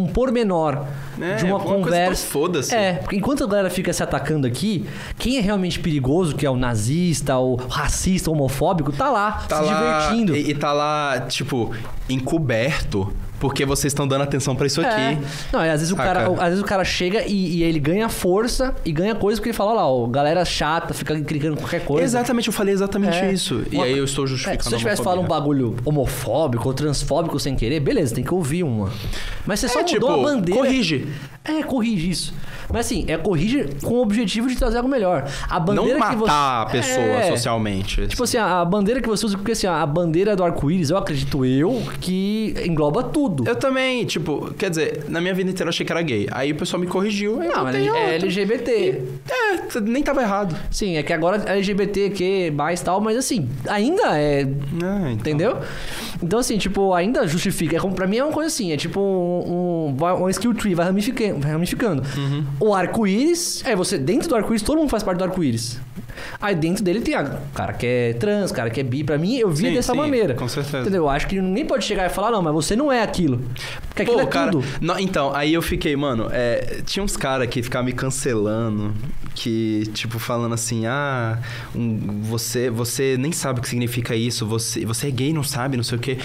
A: um pormenor
B: É,
A: de uma
B: alguma coisa
A: conversa.
B: tão foda-se.
A: É, porque enquanto a galera fica se atacando aqui, quem é realmente perigoso, que é o nazista, o racista, o homofóbico, tá lá,
B: Tá
A: se
B: lá,
A: divertindo.
B: E, e tá lá, tipo, encoberto, porque vocês estão dando atenção pra isso
A: É.
B: aqui.
A: Não, e às vezes, o
B: Saca?
A: cara, às vezes o cara chega e, e ele ganha força e ganha coisa porque ele fala, olha lá, ó, galera chata, fica clicando em qualquer coisa.
B: Exatamente, eu falei exatamente
A: É.
B: isso. E
A: Uma-
B: aí eu estou
A: É,
B: justificando
A: se eu
B: a
A: tivesse falado um
B: homofobia.
A: bagulho homofóbico ou transfóbico sem querer, beleza, tem que ouvir uma. Mas você só
B: É,
A: mudou
B: tipo,
A: a bandeira.
B: corrige.
A: É, corrige isso. Mas assim, é corrige com o objetivo de trazer algo melhor. A bandeira
B: não
A: que você.
B: matar a pessoa
A: É.
B: socialmente.
A: Tipo assim, a a bandeira que você usa, porque assim, a bandeira do arco-íris, eu acredito eu, que engloba tudo.
B: Eu também, tipo, quer dizer, na minha vida inteira eu achei que era gay. Aí o pessoal me corrigiu. aí
A: Não,
B: eu
A: mas
B: botei
A: é
B: outro.
A: LGBT.
B: É, t- nem tava errado.
A: Sim, é que agora é LGBT, que mais tal, mas assim, ainda é.
B: É, então.
A: Entendeu? Então, assim, tipo, ainda justifica. É como, pra mim é uma coisa assim, é tipo um, um, vai- um skill tree, vai ramificando. Vai ramificando.
B: Uhum.
A: O arco-íris, é você, dentro do arco-íris, todo mundo faz parte do arco-íris. Aí dentro dele tem a cara que é trans, cara que é bi. Pra mim, eu vi
B: Sim,
A: dessa
B: sim,
A: maneira.
B: com certeza.
A: Entendeu? Eu acho que ninguém pode chegar e falar, não, mas você não é aquilo. Porque aquilo
B: Pô,
A: é
B: cara.
A: tudo.
B: não, então, aí eu fiquei, mano, é, tinha uns caras que ficavam me cancelando, que, tipo, falando assim, ah, um- você, você nem sabe o que significa isso, você, você é gay, não sabe, não sei o quê.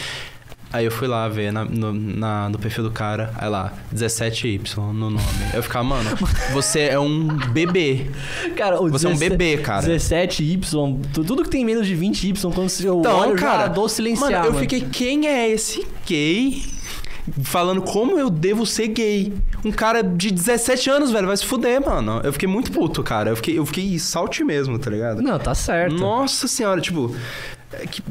B: Aí eu fui lá ver na- no, na- no perfil do cara, aí lá, 17Y no nome. Eu ficava, mano, você é um bebê.
A: Cara, o
B: Você é um
A: 17
B: bebê, cara.
A: 17Y, tu- tudo que tem menos de 20Y, quando se eu olho, eu já dou silenciar.
B: Então, mano, eu
A: mano.
B: fiquei, quem é esse gay? Falando como eu devo ser gay. Um cara de 17 anos, velho, vai se fuder, mano. Eu fiquei muito puto, cara. Eu fiquei, eu fiquei salte mesmo, tá ligado?
A: Não, tá certo.
B: Nossa senhora, tipo. é que-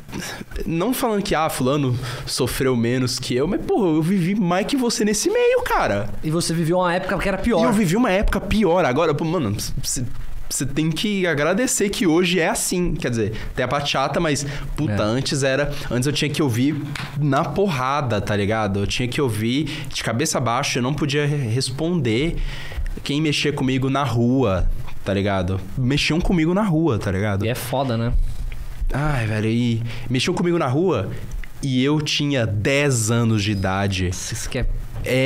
B: não falando que, ah, fulano sofreu menos que eu, mas, porra, eu vivi mais que você nesse meio, cara.
A: E você viveu uma época que era
B: E eu
A: pior.
B: vivi uma época pior agora. Pô, mano, você tem que agradecer que hoje é assim. Quer dizer, tem a parte chata, mas puta,
A: É.
B: antes era. Antes eu tinha que ouvir na porrada, tá ligado? Eu tinha que ouvir de cabeça baixa, eu não podia re- responder quem mexia comigo na rua, tá ligado? Mexiam comigo na rua, tá ligado?
A: E é foda, né?
B: Ai, velho, e mexiam comigo na rua e eu tinha 10 anos de idade
A: Isso que é...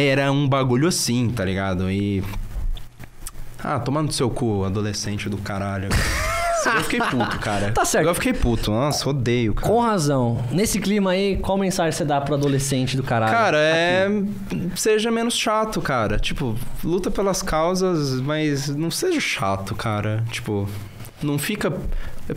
B: era um bagulho assim, tá ligado? E. Ah, tomando seu cu, adolescente do caralho. Agora eu fiquei puto, cara.
A: Tá certo.
B: Agora eu fiquei puto. Nossa, odeio, cara.
A: Com razão. Nesse clima aí, qual mensagem você dá pro adolescente do caralho?
B: Cara, é. Seja menos chato, cara. Tipo, luta pelas causas, mas não seja chato, cara. Tipo, não fica.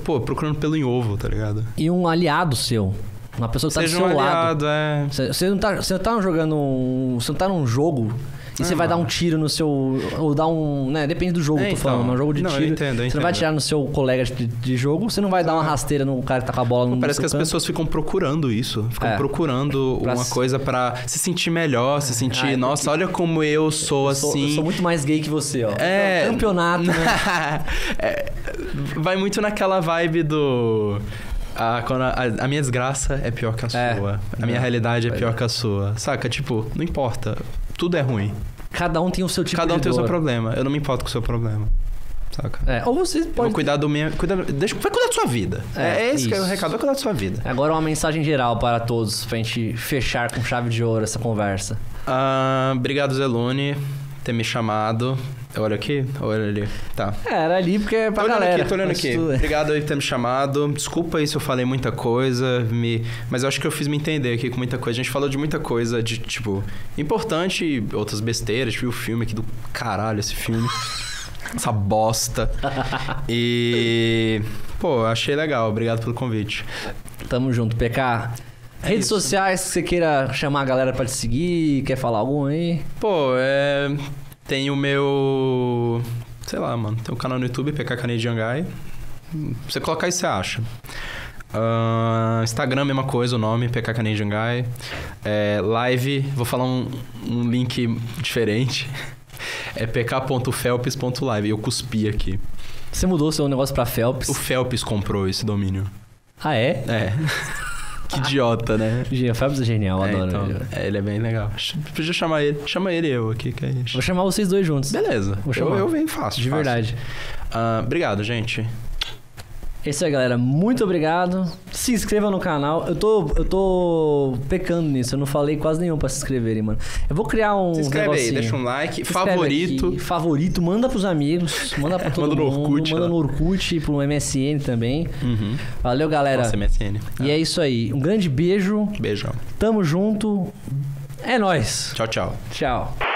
B: Pô, procurando pelo em ovo, tá ligado?
A: E um aliado seu. Uma pessoa que tá
B: seja
A: do
B: um
A: seu lado.
B: aliado, é.
A: Você você não, tá, você não tá jogando um. Você não tá num jogo e você vai dar um tiro no seu. Ou dar um. Né, depende do jogo,
B: É,
A: que eu tô
B: então.
A: falando. mas É um jogo de
B: Não, eu
A: tiro.
B: entendo, eu
A: você não vai
B: entendo.
A: atirar no seu colega de, de jogo, você não vai dar uma rasteira no cara que tá com a bola no
B: Parece
A: seu
B: que as
A: canto.
B: pessoas ficam procurando isso. Ficam
A: É.
B: procurando
A: Pra
B: uma
A: se-
B: coisa pra se sentir melhor, se sentir,
A: Ah, é
B: nossa, olha como eu sou
A: Eu sou-
B: assim.
A: eu sou muito mais gay que você, ó.
B: É.
A: É um campeonato, né?
B: É, vai muito naquela vibe do. ah, quando A, a- a minha desgraça é pior que a sua.
A: É.
B: a minha
A: É.
B: realidade é
A: Pois
B: pior que a sua. Saca? Tipo, não importa. Tudo é ruim.
A: Cada um tem o seu tipo
B: Cada um
A: de
B: tem o seu
A: dor.
B: problema. Eu não me importo com o seu problema. Saca?
A: É, ou você
B: Eu vou
A: pode.
B: cuidar do meu. Cuidar, deixa, vai cuidar da sua vida.
A: É,
B: É, é esse que é o
A: isso.
B: recado. Vai cuidar da sua vida.
A: Agora uma mensagem geral para todos, pra gente fechar com chave de ouro essa conversa.
B: Ah, obrigado, Zelone, ter me chamado. Eu olho aqui? Eu olho ali. Tá.
A: É, era ali porque é
B: Tô
A: pra
B: olhando
A: galera.
B: aqui, tô olhando
A: mas
B: aqui.
A: tudo bem.
B: Obrigado aí por ter me chamado. Desculpa aí se eu falei muita coisa, me... mas eu acho que eu fiz me entender aqui com muita coisa. A gente falou de muita coisa, de tipo, importante e outras besteiras. Tipo, o filme aqui do caralho, esse filme. Essa bosta.
A: é.
B: E. Pô, achei legal. Obrigado pelo convite.
A: Tamo junto, PK.
B: É
A: Redes sociais que você queira chamar a galera pra te seguir, quer falar algum aí?
B: Pô, é. Tem o meu. Sei lá, mano. Tem um canal no YouTube, PK Canadiangai. Você colocar aí, você acha. Ah, Instagram, mesma coisa, o nome, PK Canadiangai. É, live, vou falar um, um link diferente. É pk.felps.live. Eu cuspi aqui.
A: Você mudou seu negócio pra Phelps.
B: O Felps comprou esse domínio.
A: Ah, é?
B: É. que idiota, né?
A: Gen- O Phelps é genial,
B: é,
A: adoro.
B: então,
A: ele.
B: é, ele é bem legal. Ch- Podia chamar ele. Chama ele e eu aqui, que é isso.
A: Vou chamar vocês dois juntos.
B: Beleza.
A: Vou
B: eu,
A: chamar.
B: eu venho fácil.
A: De
B: fácil.
A: verdade.
B: Ah, obrigado, gente.
A: É isso aí, galera. Muito obrigado. Se inscreva no canal. Eu tô, eu tô pecando nisso. Eu não falei quase nenhum pra se inscreverem, mano. Eu vou criar um.
B: Se inscreve aí,
A: negocinho.
B: deixa um like.
A: Se inscreve
B: favorito.
A: aqui, favorito, manda pros amigos, manda pra todo
B: Manda no
A: mundo,
B: Orkut,
A: manda
B: lá.
A: no Orkut, pro MSN também.
B: Uhum.
A: Valeu, galera.
B: Nossa, MSN.
A: e é isso aí. Um grande beijo.
B: Beijão.
A: Tamo junto. É nóis.
B: Tchau, tchau.
A: Tchau.